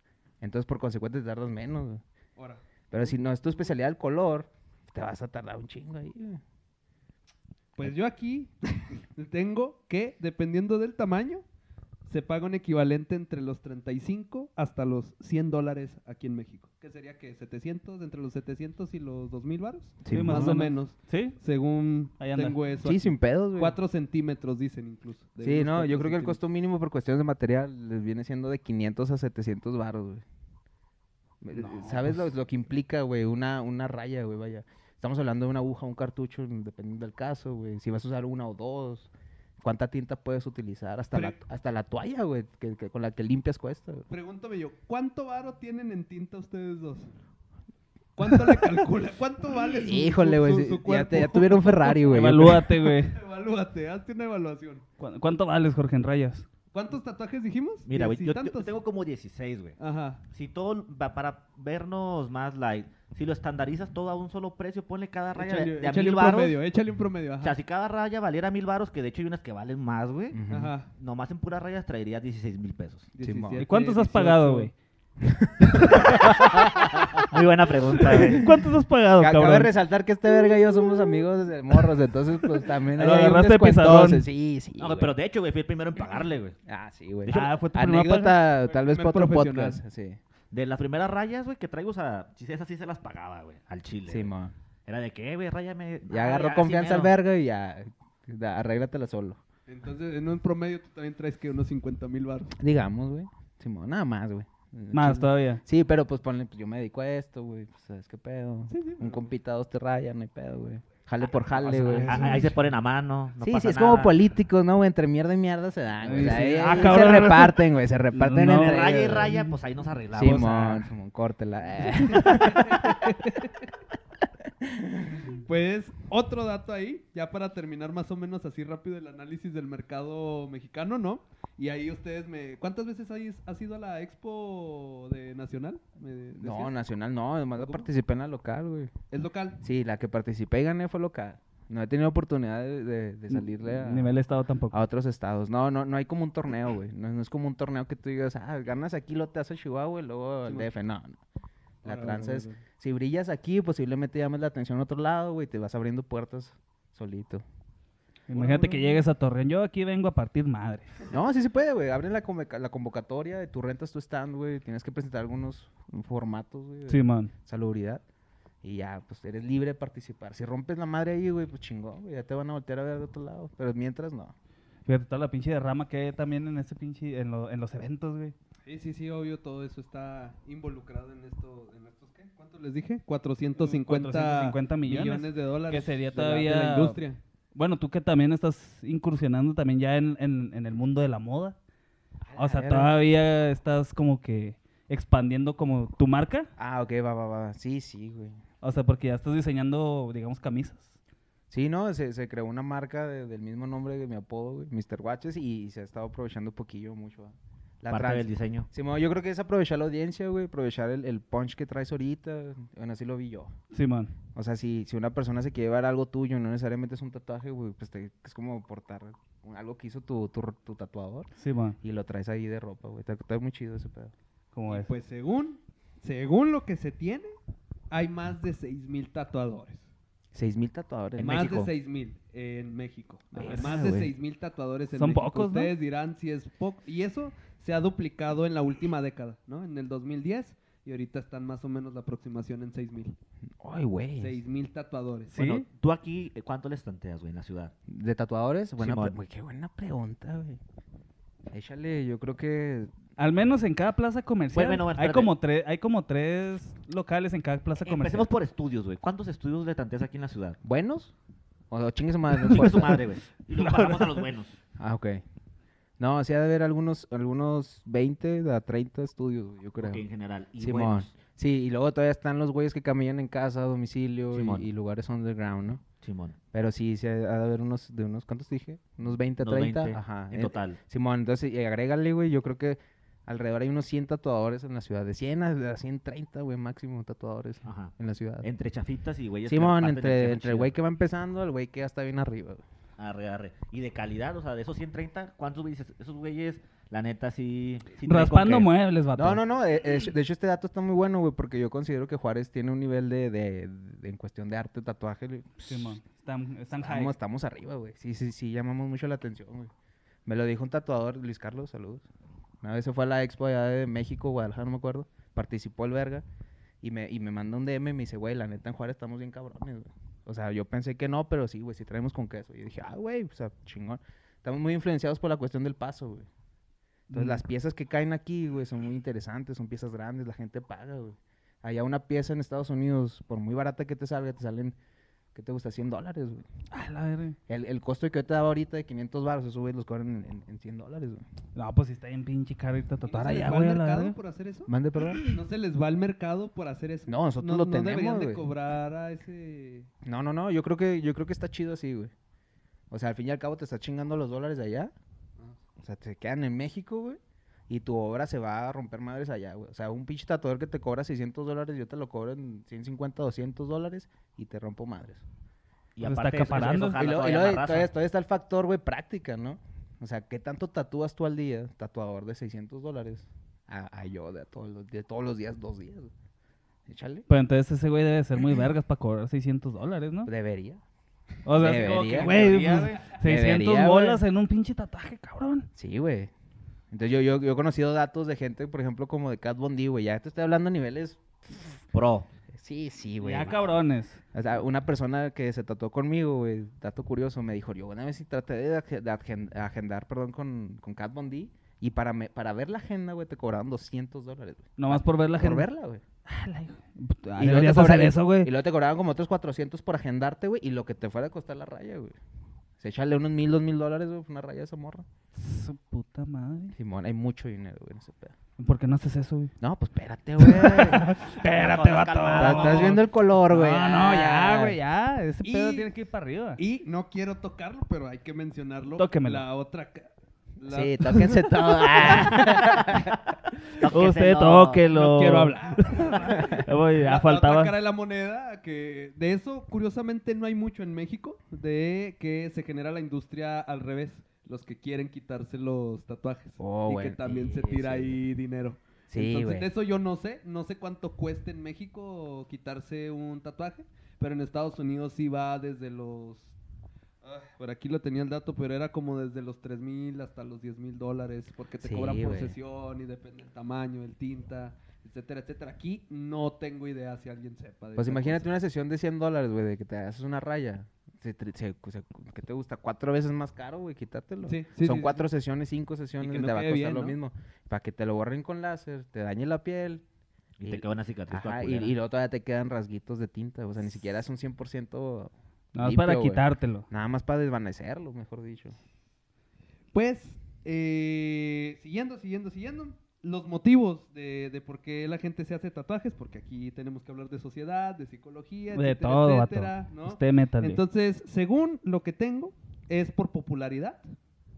Speaker 3: Entonces, por consecuente, te tardas menos, güey.
Speaker 4: ahora.
Speaker 3: Pero si no es tu especialidad el color, te vas a tardar un chingo ahí, güey.
Speaker 4: Pues yo aquí tengo que, dependiendo del tamaño, se paga un equivalente entre los 35 hasta los 100 dólares aquí en México. Que sería que 700, entre los 700 y los 2000 baros.
Speaker 2: Sí,
Speaker 4: más, o menos.
Speaker 2: Sí,
Speaker 4: Según
Speaker 2: Ahí anda.
Speaker 4: tengo eso.
Speaker 3: Sí, sin pedos, güey.
Speaker 4: 4 centímetros dicen incluso. de
Speaker 3: Sí,
Speaker 4: unos
Speaker 3: no, yo creo
Speaker 4: cuatro
Speaker 3: que el
Speaker 4: centímetros.
Speaker 3: costo mínimo por cuestiones de material les viene siendo de 500 a 700 baros, güey. Me-
Speaker 2: No,
Speaker 3: ¿Sabes lo,
Speaker 2: pues.
Speaker 3: lo que implica, güey? Una, una raya, güey, vaya. Estamos hablando de una aguja, un cartucho, mm, dependiendo del caso, güey. Si vas a usar una o dos, cuánta tinta puedes utilizar, hasta, la,
Speaker 4: Pero-
Speaker 3: hasta la toalla, güey, que, que- con la que limpias cuesta, güey.
Speaker 4: Pregúntame yo, ¿cuánto varo tienen en tinta ustedes dos? ¿Cuánto le calcula? ¿Cuánto vale su, su-
Speaker 3: Híjole, güey,
Speaker 4: su-
Speaker 3: sí,
Speaker 4: su
Speaker 3: ya, te- ya
Speaker 4: cuerpo?
Speaker 3: tuvieron Ferrari, güey. yo
Speaker 2: evalúate, güey.
Speaker 4: Evalúate, hazte una evaluación.
Speaker 2: ¿Cu- ¿Cuánto vales, Jorge, en rayas?
Speaker 4: ¿Cuántos tatuajes dijimos?
Speaker 1: Mira, güey,
Speaker 4: Diez y
Speaker 1: yo, yo
Speaker 4: tantos.
Speaker 1: tengo como 16, güey.
Speaker 4: Ajá.
Speaker 1: Si todo, va- para vernos más light, si lo estandarizas todo a un solo precio, ponle cada raya de-
Speaker 4: Échale,
Speaker 1: de a
Speaker 4: échale
Speaker 1: mil
Speaker 4: un
Speaker 1: baros.
Speaker 4: promedio, échale un
Speaker 3: eh.
Speaker 4: promedio.
Speaker 1: O
Speaker 4: Ajá.
Speaker 1: sea, si cada raya valiera mil baros, que de hecho hay unas que valen más, güey.
Speaker 3: creo. Ujú.
Speaker 4: Ajá.
Speaker 1: Nomás en puras rayas traerías 16 mil pesos.
Speaker 3: Simón.
Speaker 2: ¿Y
Speaker 4: 17,
Speaker 2: cuántos has
Speaker 4: 18,
Speaker 2: pagado, güey?
Speaker 1: Muy buena pregunta, güey.
Speaker 2: ¿Cuántos has pagado,
Speaker 3: Ca- Cabe
Speaker 2: cabrón?
Speaker 3: resaltar que este verga y yo somos amigos desde morros, entonces pues también
Speaker 2: Lo
Speaker 3: ahí hay un
Speaker 2: agarraste de
Speaker 3: descuentoso.
Speaker 2: pisadón.
Speaker 3: Sí, sí.
Speaker 1: No, güey,
Speaker 3: güey.
Speaker 1: pero de hecho, güey, fui el primero en pagarle, güey.
Speaker 3: Ah, sí, güey.
Speaker 2: Ah, fue tu primera
Speaker 3: Anécdota,
Speaker 4: Fue
Speaker 3: tal
Speaker 4: el
Speaker 3: vez para
Speaker 4: primer
Speaker 3: otro
Speaker 4: profesional.
Speaker 3: podcast. Sí,
Speaker 1: De las primeras rayas, güey, que traigo, o sea, si esas sí se las pagaba, güey, al chile.
Speaker 3: sí,
Speaker 1: güey.
Speaker 3: ma.
Speaker 1: Era de que, "Eh, güey, rayame.
Speaker 3: Ya agarró confianza al verga y ya. da- arréglatela solo.
Speaker 4: Entonces, en un promedio tú también traes que unos 50 mil baros.
Speaker 3: Digamos, güey. Simón, nada más, güey.
Speaker 2: Más
Speaker 3: Sí.
Speaker 2: todavía.
Speaker 3: Sí, pero pues ponle, pues yo me dedico a esto, güey. Pues, ¿Sabes qué pedo?
Speaker 4: Sí, sí,
Speaker 3: Un
Speaker 4: pero-
Speaker 3: compita, dos te rayan, no hay pedo, güey. Jale por jale, güey.
Speaker 1: Ah, Ahí se ponen a mano. No
Speaker 3: sí,
Speaker 1: pasa
Speaker 3: sí, es como
Speaker 1: nada.
Speaker 3: políticos, ¿no? güey? Entre mierda y mierda se dan, güey.
Speaker 4: Sí,
Speaker 3: O sea,
Speaker 4: sí.
Speaker 3: ahí-
Speaker 2: Ah,
Speaker 3: ahí
Speaker 2: cabrón.
Speaker 3: se reparten, güey. Se reparten
Speaker 2: No,
Speaker 1: De
Speaker 3: entre
Speaker 1: raya y
Speaker 3: ellos.
Speaker 1: raya, pues ahí nos arreglamos. o sea.
Speaker 3: Simón, Simón, córtela. eh.
Speaker 4: Pues, otro dato ahí, ya para terminar más o menos así rápido el análisis del mercado mexicano, ¿no? Y ahí ustedes me... ¿Cuántas veces hay- has ido a la expo de Nacional? Me
Speaker 3: No,
Speaker 4: decías.
Speaker 3: nacional no. Además, yo
Speaker 4: ¿Cómo?
Speaker 3: participé en la local, güey.
Speaker 4: Es local.
Speaker 3: Sí, la que participé y gané fue local. No he tenido oportunidad de, de- de salirle a,
Speaker 2: Nivel estado tampoco.
Speaker 3: a otros estados. No, no, no hay como un torneo, güey. No, no es como un torneo que tú digas, ah, ganas aquí, lo te hace Chihuahua y luego el
Speaker 4: Simón.
Speaker 3: DF. No, no. La
Speaker 4: Órale,
Speaker 3: tranza es,
Speaker 4: órale, órale.
Speaker 3: si brillas aquí, posiblemente llames la atención a otro lado, güey, te vas abriendo puertas solito.
Speaker 2: Imagínate que llegues a Torreón. Yo aquí vengo a partir madre.
Speaker 3: No, sí se puede, güey. Abren la, convoca- la convocatoria, tú rentas tu stand, güey. Tienes que presentar algunos formatos, güey. de-
Speaker 2: Simón.
Speaker 3: salubridad. Y ya, pues eres libre de participar. Si rompes la madre ahí, güey, pues chingón, güey, ya te van a voltear a ver de otro lado. Pero mientras, no.
Speaker 2: Fíjate toda la pinche derrama que hay también en este pinche, en, lo- en los eventos, güey.
Speaker 4: Sí, sí, sí, obvio, todo eso está involucrado en esto, en estos, ¿qué? ¿Cuánto les dije? 450,
Speaker 2: 450 millones.
Speaker 4: millones. de dólares.
Speaker 2: Que sería
Speaker 4: de la- de
Speaker 2: todavía-
Speaker 4: la industria.
Speaker 2: Bueno, tú que también estás incursionando también ya en, en- en el mundo de la moda. O sea,
Speaker 3: verga.
Speaker 2: todavía estás como que expandiendo como tu marca.
Speaker 3: Ah, ok, va, va, va. Sí, sí, güey.
Speaker 2: O sea, porque ya estás diseñando, digamos, camisas.
Speaker 3: Sí, no, se, se creó una marca de- del mismo nombre que mi apodo, güey, Mr. Watches, y, se ha estado aprovechando un poquillo mucho. ¿va? La
Speaker 1: Parte
Speaker 3: trans-
Speaker 1: del diseño.
Speaker 3: Simón, yo creo que es aprovechar la audiencia, güey, aprovechar el, el punch que traes ahorita. Bueno, así lo vi yo.
Speaker 2: Simón.
Speaker 3: O sea, si, si una persona se quiere llevar algo tuyo, no necesariamente es un tatuaje, güey, pues te- es como portar algo que hizo tu, tu, tu tatuador.
Speaker 2: Simón.
Speaker 3: Y lo traes ahí de ropa, güey. Está, está muy chido ese pedo.
Speaker 2: Como
Speaker 4: Y
Speaker 2: es.
Speaker 4: pues según, según lo que se tiene, hay más de 6.000 tatuadores.
Speaker 3: Seis mil tatuadores.
Speaker 1: En
Speaker 4: más
Speaker 1: México. Ah,
Speaker 4: de 6.000 en México.
Speaker 3: Verga,
Speaker 4: más de
Speaker 3: güey.
Speaker 4: 6.000 tatuadores en
Speaker 2: Son
Speaker 4: México.
Speaker 2: pocos, ¿no?
Speaker 4: Ustedes dirán si es poco. Y eso se ha duplicado en la última década, ¿no? En el 2010 y ahorita están más o menos la aproximación en 6000.
Speaker 3: Ay, güey.
Speaker 4: 6000 tatuadores.
Speaker 3: Sí.
Speaker 4: Bueno,
Speaker 3: Bueno,
Speaker 1: Tú aquí, eh, ¿cuánto les tanteas, güey, en la ciudad?
Speaker 3: ¿De tatuadores? Buena
Speaker 1: Simón.
Speaker 3: pre- güey, qué buena pregunta, güey. Échale, yo creo que
Speaker 2: Al menos en cada plaza comercial.
Speaker 1: Bueno, bueno,
Speaker 2: hay,
Speaker 1: espérate.
Speaker 2: como tres, hay como tres locales en cada plaza comercial.
Speaker 1: Empecemos por estudios, güey. ¿Cuántos estudios le tanteas aquí en la ciudad?
Speaker 3: buenos o, o chingue su madre.
Speaker 1: Por
Speaker 3: pues.
Speaker 1: su madre, güey. Y luego
Speaker 2: No,
Speaker 1: pasamos
Speaker 2: no.
Speaker 1: a los buenos.
Speaker 3: Ah, ok. No, sí ha de haber algunos algunos 20 a 30 estudios, güey, yo creo.
Speaker 1: Ok, en general. Y
Speaker 3: Simón.
Speaker 1: buenos.
Speaker 3: Sí, y luego todavía están los güeyes que caminan en casa, a domicilio
Speaker 1: Simón.
Speaker 3: y, y lugares underground, ¿no?
Speaker 1: Simón.
Speaker 3: Pero sí, sí ha ha de haber unos, de unos, ¿cuántos dije? Unos 20 a
Speaker 1: Unos
Speaker 3: 30.
Speaker 1: 20
Speaker 3: Ajá.
Speaker 1: En
Speaker 3: eh,
Speaker 1: total.
Speaker 3: Simón, entonces, y agrégale, güey, yo creo que alrededor hay unos 100 tatuadores en la ciudad. De 100 a, a 130, güey, máximo tatuadores
Speaker 1: Ajá.
Speaker 3: en la ciudad.
Speaker 1: Ah. Entre chafitas y güeyes. que
Speaker 3: Simón,
Speaker 1: reparten el
Speaker 3: entre,
Speaker 1: tema
Speaker 3: entre el güey
Speaker 1: chido.
Speaker 3: que va empezando, el güey que ya está bien arriba, güey.
Speaker 1: Arre, arre. Y de calidad, o sea, de esos 130, ¿cuántos güeyes? Esos güeyes, la neta, sí. sí traen con
Speaker 2: Raspando
Speaker 1: qué.
Speaker 2: muebles, vato.
Speaker 3: No, no, no. eh, eh, De hecho, este dato está muy bueno, güey, porque yo considero que Juárez tiene un nivel de, de- de- en cuestión de arte, tatuaje. le-
Speaker 2: Simón, están, están high.
Speaker 3: Estamos, estamos arriba, güey. Sí, sí, sí, llamamos mucho la atención, güey. Me lo dijo un tatuador, Luis Carlos, saludos. Una vez se fue a la expo allá de México, Guadalajara, no me acuerdo. Participó el verga. Y me, y me manda un DM y me dice, güey, la neta en Juárez estamos bien cabrones, güey. O sea, yo pensé que no, pero sí, güey, sí traemos con queso. Yo dije, ah, güey, o sea, chingón. Estamos muy influenciados por la cuestión del paso, güey. Entonces,
Speaker 2: Mm.
Speaker 3: las piezas que caen aquí, güey, son muy interesantes, son piezas grandes, la gente paga, güey. Allá una pieza en Estados Unidos, por muy barata que te salga, te salen, ¿qué te gusta? 100 dólares, güey.
Speaker 2: Ah, la verga.
Speaker 3: El, el costo que yo te daba ahorita de 500 baros, esos güeyes los cobran en, en, en 100 dólares, güey.
Speaker 2: No, pues sí está bien pinche caro irte a
Speaker 3: Pues,
Speaker 4: ¿y no
Speaker 2: tatuar
Speaker 4: se les
Speaker 2: allá,
Speaker 4: va al
Speaker 2: güey, a la
Speaker 4: mercado
Speaker 2: verga.
Speaker 4: por hacer eso?
Speaker 3: Mande, perdón.
Speaker 4: ¿No se les va al mercado por hacer eso?
Speaker 3: No, nosotros lo
Speaker 4: No deberían
Speaker 3: tenemos,
Speaker 4: de
Speaker 3: güey.
Speaker 4: cobrar a ese...
Speaker 3: No, no, no, yo creo que, yo creo que está chido así, güey. O sea, al fin y al cabo te está chingando los dólares de allá. O sea, te quedan en México, güey. Y tu obra se va a romper madres allá, güey. O sea, un pinche tatuador que te cobra 600 dólares, yo te lo cobro en 150, 200 dólares y te rompo madres.
Speaker 1: Y
Speaker 2: Pues está
Speaker 1: aparte, eso- eso-
Speaker 2: acaparando.
Speaker 1: eso jala
Speaker 3: y luego, y
Speaker 1: todavía
Speaker 3: luego
Speaker 1: más raza.
Speaker 3: todavía, todavía está el factor, güey, práctica, ¿no? O sea, ¿qué tanto tatúas tú al día, tatuador de 600 dólares? A, a yo, de, a todos los, de todos los días, dos días. güey. Échale.
Speaker 2: Pero entonces ese güey debe ser muy vergas para cobrar 600 dólares, ¿no?
Speaker 3: Debería.
Speaker 2: O sea, es como que,
Speaker 3: Pues, Debería,
Speaker 2: güey,
Speaker 1: debería,
Speaker 2: pues,
Speaker 1: güey.
Speaker 2: 600
Speaker 3: Debería,
Speaker 2: bolas
Speaker 3: güey.
Speaker 2: en un pinche tatuaje, cabrón.
Speaker 3: Sí, güey. Entonces yo, yo, yo he conocido datos de gente, por ejemplo, como de Cat Bondi, güey. Ya te estoy hablando a niveles.
Speaker 1: Pro.
Speaker 3: Sí, sí, güey.
Speaker 2: ya, cabrones.
Speaker 3: O sea, una persona que se tatuó conmigo, güey, dato curioso, me dijo, yo una vez sí traté de, ag- de agen- agendar, perdón, con, con Cat Bondi. Y para, me- para ver la agenda, güey, te cobraron 200 dólares, güey.
Speaker 2: Nomás por ver la
Speaker 3: Ah, Por
Speaker 2: gente.
Speaker 3: verla, güey.
Speaker 2: Ah, la- Ah,
Speaker 3: luego te
Speaker 2: deberías
Speaker 3: cobran-
Speaker 2: hacer eso,
Speaker 3: Y
Speaker 2: güey.
Speaker 3: luego te cobraban como otros 400 por agendarte, güey, y lo que te fuera a costar la raya, güey. Se echale unos mil, dos mil dólares, güey, por una raya de esa morra.
Speaker 2: Su puta madre.
Speaker 3: Simón, hay mucho dinero, güey, en ese pedo.
Speaker 2: ¿Por qué no haces eso, güey?
Speaker 3: No, pues espérate, güey. Estás-
Speaker 2: Espérate,
Speaker 1: no,
Speaker 2: vato.
Speaker 1: calmado.
Speaker 3: Estás viendo el color, güey.
Speaker 2: No, no, ya,
Speaker 3: Ah.
Speaker 2: güey, ya. Ese
Speaker 4: Y-
Speaker 2: pedo tiene que ir para arriba.
Speaker 4: Y no quiero tocarlo, pero hay que mencionarlo.
Speaker 2: Tóquemelo.
Speaker 4: La otra... ca- la-
Speaker 3: Sí, tóquense todo. Ah.
Speaker 1: Tóqueselo.
Speaker 2: Usted tóquelo.
Speaker 4: No quiero hablar.
Speaker 2: Voy, ya
Speaker 4: La- la otra cara
Speaker 2: faltaba.
Speaker 4: de la moneda, que de eso, curiosamente, no hay mucho en México, de que se genera la industria al revés, los que quieren quitarse los tatuajes.
Speaker 3: Oh,
Speaker 4: y
Speaker 3: güey,
Speaker 4: que también se
Speaker 3: sí,
Speaker 4: tira
Speaker 3: sí.
Speaker 4: ahí dinero.
Speaker 3: Sí,
Speaker 4: Entonces,
Speaker 3: güey.
Speaker 4: de eso yo no sé, no sé cuánto cuesta en México quitarse un tatuaje, pero en Estados Unidos sí va desde los... ah, Por aquí lo tenía el dato, pero era como desde los 3 mil hasta los 10 mil dólares, porque te
Speaker 3: Sí,
Speaker 4: cobran por
Speaker 3: güey.
Speaker 4: sesión y depende del tamaño, el tinta, etcétera, etcétera. Aquí no tengo idea si alguien sepa. De
Speaker 3: Pues
Speaker 4: esa
Speaker 3: imagínate
Speaker 4: cosa.
Speaker 3: una sesión de 100 dólares, güey, de que te haces una raya. Se, tri- se- pues, se- ¿Qué te gusta? Cuatro veces más caro, güey, quitártelo.
Speaker 4: Sí, sí,
Speaker 3: Son
Speaker 4: sí,
Speaker 3: cuatro sesiones, cinco sesiones,
Speaker 4: que
Speaker 3: te
Speaker 4: no
Speaker 3: va a
Speaker 4: quede
Speaker 3: costar
Speaker 4: bien,
Speaker 3: lo
Speaker 4: ¿no?
Speaker 3: mismo. Para que te lo borren con láser, te dañe la piel.
Speaker 1: Y te queda una cicatriz. toda
Speaker 3: Ajá, y,
Speaker 1: culera.
Speaker 3: y luego todavía te quedan rasguitos de tinta. O sea, ni siquiera es un 100%,
Speaker 2: No, es para
Speaker 3: limpio, güey.
Speaker 2: quitártelo.
Speaker 3: nada más para desvanecerlo, mejor dicho.
Speaker 4: Pues, eh, siguiendo, siguiendo, siguiendo, los motivos de, de por qué la gente se hace tatuajes, porque aquí tenemos que hablar de sociedad, de psicología,
Speaker 2: De
Speaker 4: etcétera,
Speaker 2: todo, vato.
Speaker 4: etcétera, ¿no?
Speaker 2: Usted métale.
Speaker 4: Entonces, según lo que tengo, es por popularidad,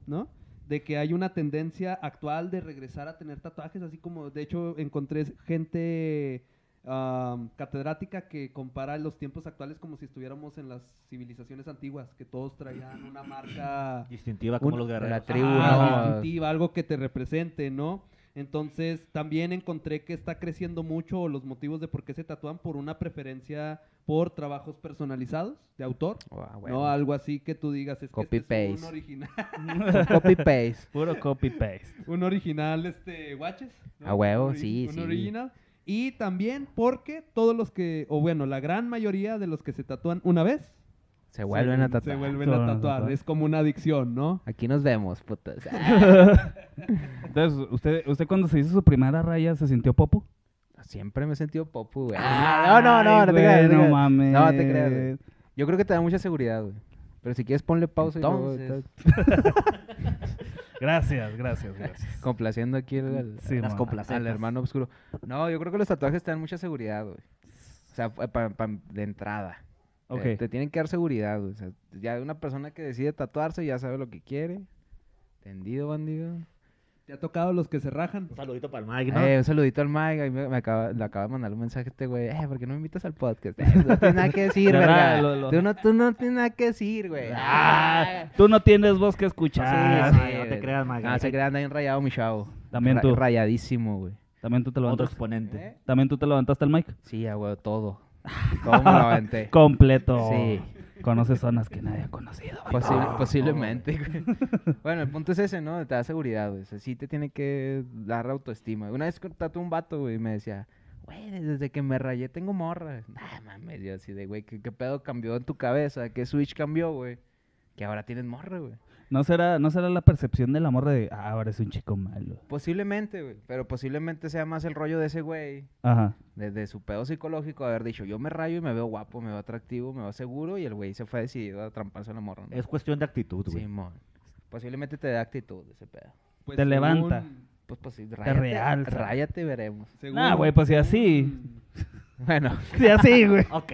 Speaker 4: ¿no? De que hay una tendencia actual de regresar a tener tatuajes, así como, de hecho, encontré gente am, catedrática que compara los tiempos actuales como si estuviéramos en las civilizaciones antiguas, que todos traían una
Speaker 1: Ah,
Speaker 4: marca
Speaker 1: Distintiva como
Speaker 4: Una-
Speaker 1: los guerreros.
Speaker 3: la tribu,
Speaker 4: Ajá,
Speaker 3: ¿no?
Speaker 4: distintiva, algo que te represente, ¿no? Entonces, también encontré que está creciendo mucho los motivos de por qué se tatúan por una preferencia por trabajos personalizados de autor,
Speaker 3: Ah,
Speaker 4: ¿no?
Speaker 3: bueno.
Speaker 4: Algo así que tú digas, es que este es
Speaker 3: Copy-paste.
Speaker 4: un original,
Speaker 3: Copy paste.
Speaker 2: Puro copy paste.
Speaker 4: un original, este, guaches. ¿no?
Speaker 3: A huevo,
Speaker 4: Un ori-
Speaker 3: sí,
Speaker 4: un
Speaker 3: sí.
Speaker 4: original. Y también porque todos los que, o bueno, la gran mayoría de los que se tatúan una vez,
Speaker 3: Se vuelven a
Speaker 4: se
Speaker 3: tatuar.
Speaker 4: vuelven
Speaker 2: Se
Speaker 4: a
Speaker 2: vuelven a
Speaker 4: tatuar.
Speaker 2: tatuar.
Speaker 4: Es como una adicción, ¿no?
Speaker 3: Aquí nos vemos, putas.
Speaker 2: Entonces, ¿usted, ¿usted cuando se hizo su primera raya se sintió popo?
Speaker 3: Siempre me he sentido popu, güey. Ah, no, no, no, no te
Speaker 2: Ay,
Speaker 3: creas.
Speaker 2: güey, No
Speaker 3: no te creas.
Speaker 2: mames.
Speaker 3: No te creas, güey. Yo creo que te da mucha seguridad, güey. Pero si quieres ponle pausa y luego Entonces. estás
Speaker 2: Gracias, gracias, gracias.
Speaker 3: complaciendo aquí al, al-
Speaker 2: Sí,
Speaker 1: Las
Speaker 2: mo-
Speaker 1: complacencias.
Speaker 3: al hermano oscuro. No, yo creo que los tatuajes te dan mucha seguridad, güey. O sea, eh, pa- pa- pa- de entrada. Eh,
Speaker 2: Ok.
Speaker 3: Te, te tienen que dar seguridad, güey. O sea, ya una persona que decide tatuarse ya sabe lo que quiere. Tendido, bandido.
Speaker 4: ¿Te ha tocado los que se rajan?
Speaker 1: Un saludito para el Mike, ¿no?
Speaker 3: Eh, un saludito al Mike. ahí Me, me acaba, le acaba de mandar un mensaje a este güey. Eh, ¿por qué no me invitas al podcast? Eh, no tienes nada que decir,
Speaker 2: De
Speaker 3: verga.
Speaker 2: verdad, lo- lo-
Speaker 3: Tú, no, tú no tienes nada que decir, güey.
Speaker 2: Ah, tú no tienes voz que escuchar. Ah,
Speaker 1: Ah, sí, no te
Speaker 3: güey.
Speaker 1: creas, Mike.
Speaker 3: No, Ah, se crean, anda bien rayado mi chavo.
Speaker 2: También
Speaker 3: Ra-
Speaker 2: tú.
Speaker 3: Rayadísimo, güey.
Speaker 2: También tú te
Speaker 1: Otro
Speaker 2: levantaste.
Speaker 1: exponente.
Speaker 3: ¿Eh?
Speaker 2: También tú te levantaste el mic.
Speaker 3: Sí, a güey, todo. Todo me lo aventé.
Speaker 2: Completo.
Speaker 3: Sí.
Speaker 2: Conoces zonas que nadie ha conocido. güey.
Speaker 3: Posi-
Speaker 1: Ah,
Speaker 3: posiblemente, güey. Bueno, el punto es ese, ¿no? Te da seguridad, güey. O sea, sí te tiene que dar autoestima. Una vez tatué un vato, güey, y me decía, güey, desde que me rayé tengo morra. Ah, mames, yo así de, güey, ¿qué, qué pedo cambió en tu cabeza? ¿Qué switch cambió, güey? Que ahora tienes morra, güey.
Speaker 2: ¿No será, no será la percepción del amor de, ah, ahora es un chico malo.
Speaker 3: Posiblemente, güey. Pero posiblemente sea más el rollo de ese güey.
Speaker 2: Ajá.
Speaker 3: Desde su pedo psicológico, haber dicho, yo me rayo y me veo guapo, me veo atractivo, me veo seguro. Y el güey se fue decidido a tramparse a la morra. ¿no?
Speaker 1: Es cuestión de actitud, güey.
Speaker 3: Simón. Posiblemente te dé actitud ese pedo.
Speaker 4: Pues,
Speaker 2: Te
Speaker 4: según-
Speaker 2: levanta.
Speaker 3: Pues, pues sí, ráyate,
Speaker 2: realza.
Speaker 3: ráyate y veremos.
Speaker 4: según-
Speaker 2: Nah, güey, pues, si así.
Speaker 3: Bueno,
Speaker 2: Sí, así, güey.
Speaker 1: Ok.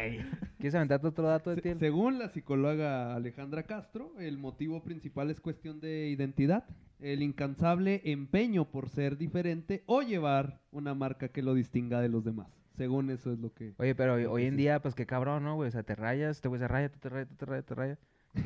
Speaker 3: ¿quieres aventarte otro dato de ti?
Speaker 4: Se- según la psicóloga Alejandra Castro, el motivo principal es cuestión de identidad, el incansable empeño por ser diferente o llevar una marca que lo distinga de los demás. Según eso es lo que...
Speaker 3: Oye, pero hoy, hoy en
Speaker 4: Sí.
Speaker 3: día, pues qué cabrón, ¿no, güey? O sea, te rayas, te güey se raya, tú te rayas, tú te rayas, te rayas.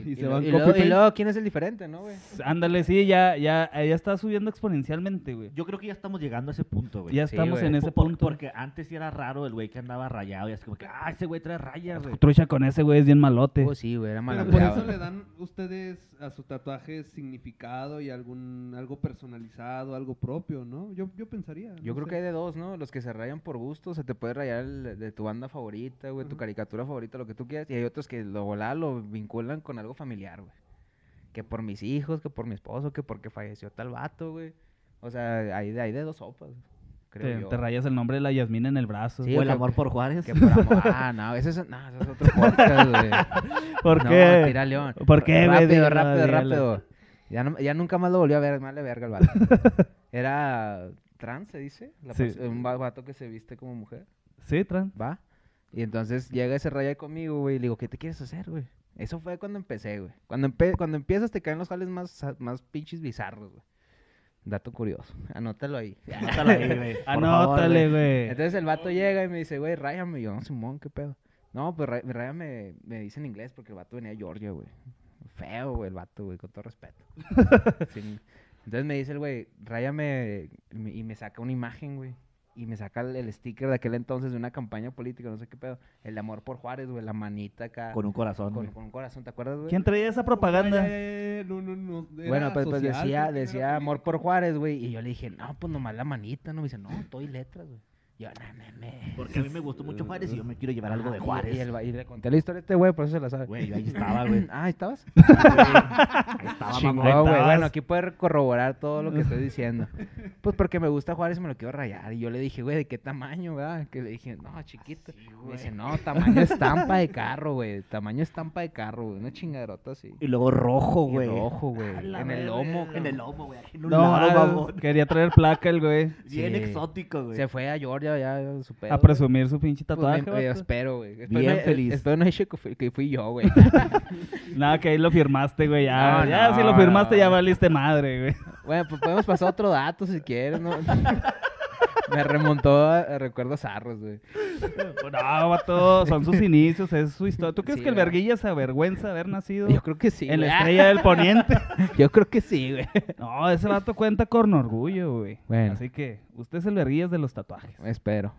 Speaker 4: Y, se
Speaker 3: lo-
Speaker 4: van
Speaker 3: y
Speaker 4: copy
Speaker 3: luego, y
Speaker 4: paste.
Speaker 3: luego, ¿quién es el diferente, no, güey?
Speaker 2: Ándale, sí, ya, ya, ya está subiendo exponencialmente, güey.
Speaker 1: Yo creo que ya estamos llegando a ese punto, güey.
Speaker 2: Ya
Speaker 3: sí,
Speaker 2: estamos
Speaker 3: güey.
Speaker 2: en
Speaker 1: Por-
Speaker 2: ese
Speaker 1: por-
Speaker 2: punto.
Speaker 1: Porque antes sí era raro el güey que andaba rayado. Y es como que, ah, ese güey trae rayas, güey.
Speaker 2: Trucha con ese, güey, es bien malote.
Speaker 3: Pues sí, güey, era
Speaker 4: Pero
Speaker 3: malo.
Speaker 4: por eso le dan ustedes a su tatuaje significado y algún algo personalizado, algo propio, ¿no? Yo, yo pensaría.
Speaker 3: Yo
Speaker 4: no
Speaker 3: creo
Speaker 4: sé.
Speaker 3: que hay de dos, ¿no? Los que se rayan por gusto, se te puede rayar el de tu banda favorita, güey, tu
Speaker 4: Ujú.
Speaker 3: caricatura favorita, lo que tú quieras. Y hay otros que lo volá lo vinculan con algo familiar, güey. Que por mis hijos, que por mi esposo, que porque falleció tal vato, güey. O sea, hay de, hay de dos sopas, creo
Speaker 2: te,
Speaker 3: yo.
Speaker 2: te rayas el nombre de la Yasmina en el brazo.
Speaker 3: Sí,
Speaker 1: o
Speaker 3: güey,
Speaker 1: el
Speaker 3: que-
Speaker 1: amor por Juárez.
Speaker 3: Que por amor. Ah, no, ese es, no, ese es otro podcast, güey.
Speaker 2: ¿Por
Speaker 3: No,
Speaker 2: qué?
Speaker 3: tira a León.
Speaker 2: ¿Por qué, güey?
Speaker 3: Rápido,
Speaker 2: Dilo,
Speaker 3: rápido,
Speaker 2: dilo.
Speaker 3: rápido. Ya, no- ya nunca más lo volvió a ver, más le verga el vato. Era trans, se dice. La
Speaker 2: Sí.
Speaker 3: pers- Un va- vato que se viste como mujer,
Speaker 2: Sí, Tran.
Speaker 3: va. Y entonces llega ese raya conmigo, güey, y le digo, ¿qué te quieres hacer, güey? Eso fue cuando empecé, güey. Cuando, empe- cuando empiezas te caen los jales más, más pinches bizarros, güey. Dato curioso. Anótalo ahí.
Speaker 1: Anótalo ahí, güey. Por favor,
Speaker 2: Anótale, Ah, güey.
Speaker 3: Entonces el vato llega y me dice, güey, ráyame. Y yo, no, Simón, ¿qué pedo? No, pues ra- raya me, me dice en inglés porque el vato venía de Georgia, güey. Feo, güey, el vato, güey, con todo respeto. Sin- Entonces me dice el güey, ráyame y me- y me saca una imagen, güey. Y me saca el, el sticker de aquel entonces de una campaña política, no sé qué pedo. El de amor por Juárez, güey, la manita acá.
Speaker 1: Con un corazón,
Speaker 3: con-
Speaker 1: güey.
Speaker 3: con un corazón, ¿te acuerdas, güey?
Speaker 2: ¿Quién traía esa
Speaker 4: Ay,
Speaker 2: propaganda?
Speaker 4: ay, ay, no, no, no, era
Speaker 3: Bueno, pues, pues
Speaker 4: social,
Speaker 3: decía,
Speaker 4: creo que era
Speaker 3: decía amor
Speaker 4: político.
Speaker 3: por Juárez, güey. Y yo le dije, no, pues nomás la manita, ¿no? Me dice, no, todo y letras, güey. Yo, no, mames.
Speaker 1: Porque a mí me gustó mucho Juárez y yo me quiero llevar algo de
Speaker 3: Ah, y-
Speaker 1: Juárez.
Speaker 3: Y, el va- y le conté la historia a este güey, por eso se la sabe.
Speaker 1: Güey, yo ahí estaba, güey.
Speaker 3: Ah, ¿ahí estabas?
Speaker 1: Ahí estaba,
Speaker 2: Chingón,
Speaker 1: mamón.
Speaker 3: No, güey,
Speaker 2: estabas.
Speaker 3: bueno, aquí puede corroborar todo lo que estoy diciendo. Pues porque me gusta Juárez y me lo quiero rayar. Y yo le dije, güey, ¿de qué tamaño, verdad? Que le dije, no, chiquito.
Speaker 1: Ah,
Speaker 3: me dice, no, tamaño estampa de carro, güey. Tamaño estampa de carro, güey. Una chingaderota así.
Speaker 1: Y luego rojo,
Speaker 3: Y
Speaker 1: güey.
Speaker 3: rojo, güey.
Speaker 1: A la
Speaker 3: En el
Speaker 1: verga.
Speaker 3: lomo.
Speaker 1: En el
Speaker 3: cabrón.
Speaker 1: lomo, güey. En un
Speaker 2: No,
Speaker 1: lado,
Speaker 2: ah,
Speaker 1: mamón.
Speaker 2: quería traer placa el güey.
Speaker 1: Bien
Speaker 3: Sí.
Speaker 1: exótico, güey.
Speaker 3: Se fue a Georgia ya, su pedo,
Speaker 2: A
Speaker 3: güey.
Speaker 2: presumir su pinche
Speaker 3: Pues,
Speaker 2: tatuaje,
Speaker 3: me-
Speaker 2: güey.
Speaker 3: yo espero, güey. Espero
Speaker 1: Bien
Speaker 3: no-
Speaker 1: feliz.
Speaker 3: Espero no haya dicho que fui- que fui yo, güey.
Speaker 2: Nada, que ahí lo firmaste, güey. Ya,
Speaker 3: No,
Speaker 2: ya
Speaker 3: no,
Speaker 2: si lo firmaste,
Speaker 3: no.
Speaker 2: ya valiste madre, güey.
Speaker 3: Bueno, pues podemos pasar a otro dato si quieres, ¿no? Me remontó a, a recuerdos arros, güey.
Speaker 2: Pues No, vato, son sus inicios, es su historia. ¿Tú crees
Speaker 3: Sí,
Speaker 2: que el
Speaker 3: ¿verdad?
Speaker 2: Verguilla se avergüenza de haber nacido
Speaker 3: Yo creo que sí.
Speaker 2: en la
Speaker 3: güey.
Speaker 2: estrella del poniente?
Speaker 3: Yo creo que sí, güey.
Speaker 2: No, ese vato cuenta con orgullo, güey.
Speaker 3: Bueno.
Speaker 2: Así que usted es el Verguillas de los tatuajes.
Speaker 3: Espero.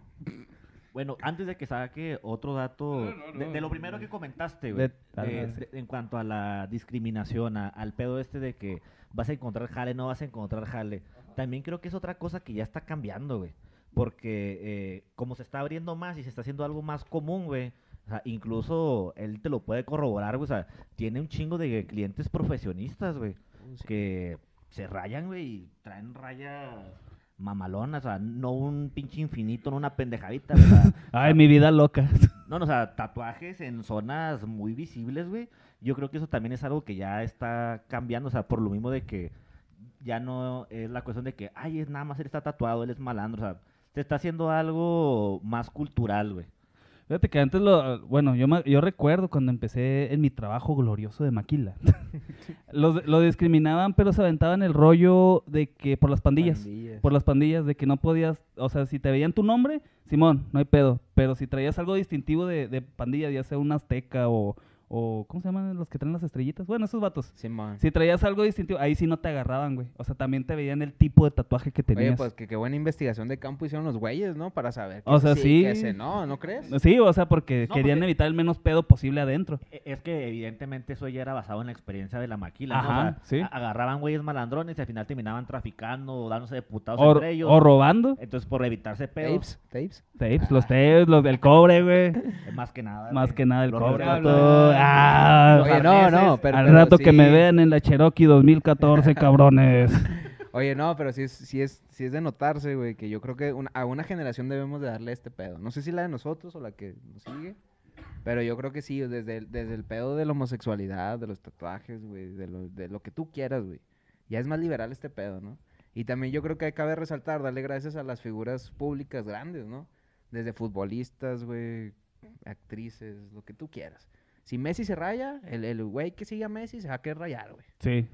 Speaker 1: Bueno, antes de que saque otro dato, de, de lo primero que comentaste, güey,
Speaker 2: De- tal
Speaker 1: de-
Speaker 2: vez,
Speaker 1: de- en cuanto a la discriminación, a- al pedo este de que vas a encontrar jale, no vas a encontrar jale, también creo que es otra cosa que ya está cambiando, güey. porque eh, como se está abriendo más y se está haciendo algo más común, güey, o sea, incluso él te lo puede corroborar, güey, o sea, tiene un chingo de clientes profesionistas, güey,
Speaker 2: Oh,
Speaker 1: que se rayan, güey, y traen rayas mamalonas, o sea, no un pinche infinito, no una pendejadita, güey, o sea,
Speaker 2: Ay, mi vida loca.
Speaker 1: no, no, o sea, tatuajes en zonas muy visibles, güey. Yo creo que eso también es algo que ya está cambiando, o sea, por lo mismo de que ya no es la cuestión de que, ay, es nada más él está tatuado, él es malandro, o sea, se está haciendo algo más cultural, güey.
Speaker 2: Fíjate que antes lo. Bueno, yo, me- yo recuerdo cuando empecé en mi trabajo glorioso de Maquila. lo, lo discriminaban, pero se aventaban el rollo de que por las pandillas. Por las pandillas, de que no podías. O sea, si te veían tu nombre, Simón, no hay pedo. Pero si traías algo distintivo de, de pandilla, ya sea un azteca o, o. ¿Cómo se llaman los que traen las estrellitas? Bueno, esos vatos.
Speaker 3: Simón.
Speaker 2: Si traías algo distintivo, ahí sí no te agarraban, güey. O sea, también te veían el tipo de tatuaje que tenías.
Speaker 3: Oye, pues que qué buena investigación de campo hicieron los güeyes, ¿no? Para saber.
Speaker 2: O
Speaker 3: que
Speaker 2: sea, sí.
Speaker 3: que ese no, ¿no crees?
Speaker 2: Sí, o sea, porque
Speaker 1: No,
Speaker 2: querían
Speaker 1: porque-
Speaker 2: evitar el menos pedo posible adentro.
Speaker 1: E- Es que evidentemente eso ya era basado en la experiencia de la maquila, ¿no? O
Speaker 2: Ajá,
Speaker 1: sea,
Speaker 2: sí.
Speaker 1: a- agarraban güeyes malandrones y al final terminaban traficando o dándose de putados
Speaker 2: O,
Speaker 1: entre ellos.
Speaker 2: o robando.
Speaker 1: Entonces, por evitarse pedos,
Speaker 3: Tapes, tapes.
Speaker 2: Tapes,
Speaker 3: Ah.
Speaker 2: los tapes, los del cobre, güey.
Speaker 1: eh, más que nada.
Speaker 2: Más
Speaker 1: güey,
Speaker 2: que nada el
Speaker 1: los
Speaker 2: cobre.
Speaker 1: respeto.
Speaker 2: vato. Ah,
Speaker 3: Oye, no, no, pero.
Speaker 2: al
Speaker 3: pero
Speaker 2: rato que
Speaker 3: sí-
Speaker 2: me vean en la Cherokee 2014, cabrones.
Speaker 3: Oye, no, pero sí es, sí es, sí es de notarse, güey, que yo creo que una- a una generación debemos de darle este pedo. No sé si la de nosotros o la que nos sigue, pero yo creo que sí, desde el, desde el pedo de la homosexualidad, de los tatuajes, güey, de lo, de lo que tú quieras, güey. Ya es más liberal este pedo, ¿no? Y también yo creo que cabe resaltar, darle gracias a las figuras públicas grandes, ¿no? Desde futbolistas, güey, actrices, lo que tú quieras. Si Messi se raya, el el güey que sigue a Messi se va a querer rayar, güey.
Speaker 2: Sí.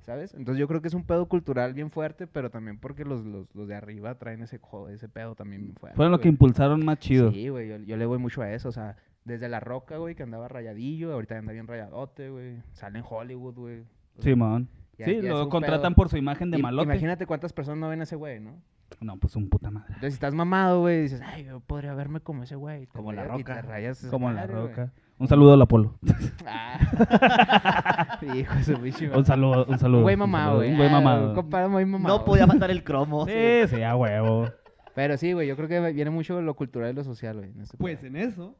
Speaker 3: ¿Sabes? Entonces yo creo que es un pedo cultural bien fuerte, pero también porque los, los, los de arriba traen ese, jo- ese pedo también bien fuerte.
Speaker 2: Fueron lo que
Speaker 3: güey.
Speaker 2: impulsaron más chido.
Speaker 3: pues, Sí, güey, yo, yo le voy mucho a eso, o sea, desde La Roca, güey, que andaba rayadillo, ahorita ya anda bien rayadote, güey. Sale en Hollywood, güey. O sea,
Speaker 2: Simón.
Speaker 3: ya- ya
Speaker 2: sí,
Speaker 3: es
Speaker 2: lo
Speaker 3: un
Speaker 2: contratan
Speaker 3: pedo.
Speaker 2: por su imagen de
Speaker 3: Im-
Speaker 2: malote.
Speaker 3: Imagínate cuántas personas no ven a ese güey, ¿no?
Speaker 2: No, pues un puta madre.
Speaker 3: Entonces si estás mamado, güey, dices, ay, yo podría verme como ese güey. y te
Speaker 1: Como La
Speaker 3: rayas- y te
Speaker 1: Roca.
Speaker 3: rayas esa
Speaker 2: Como la
Speaker 3: Pues, madre, güey.
Speaker 2: roca. Un saludo al Apolo.
Speaker 3: Ah. Hijo de su bicho.
Speaker 2: Un saludo, un saludo.
Speaker 3: Un güey
Speaker 2: un saludo,
Speaker 3: mamado, güey.
Speaker 2: Un güey
Speaker 3: Ah,
Speaker 2: mamado.
Speaker 3: Un compadre muy mamado.
Speaker 1: No podía faltar el cromo.
Speaker 2: Sí, sí, a huevo.
Speaker 3: Pero sí, güey, yo creo que viene mucho lo cultural y lo social, güey. en este
Speaker 4: Pues
Speaker 3: pedo.
Speaker 4: en eso,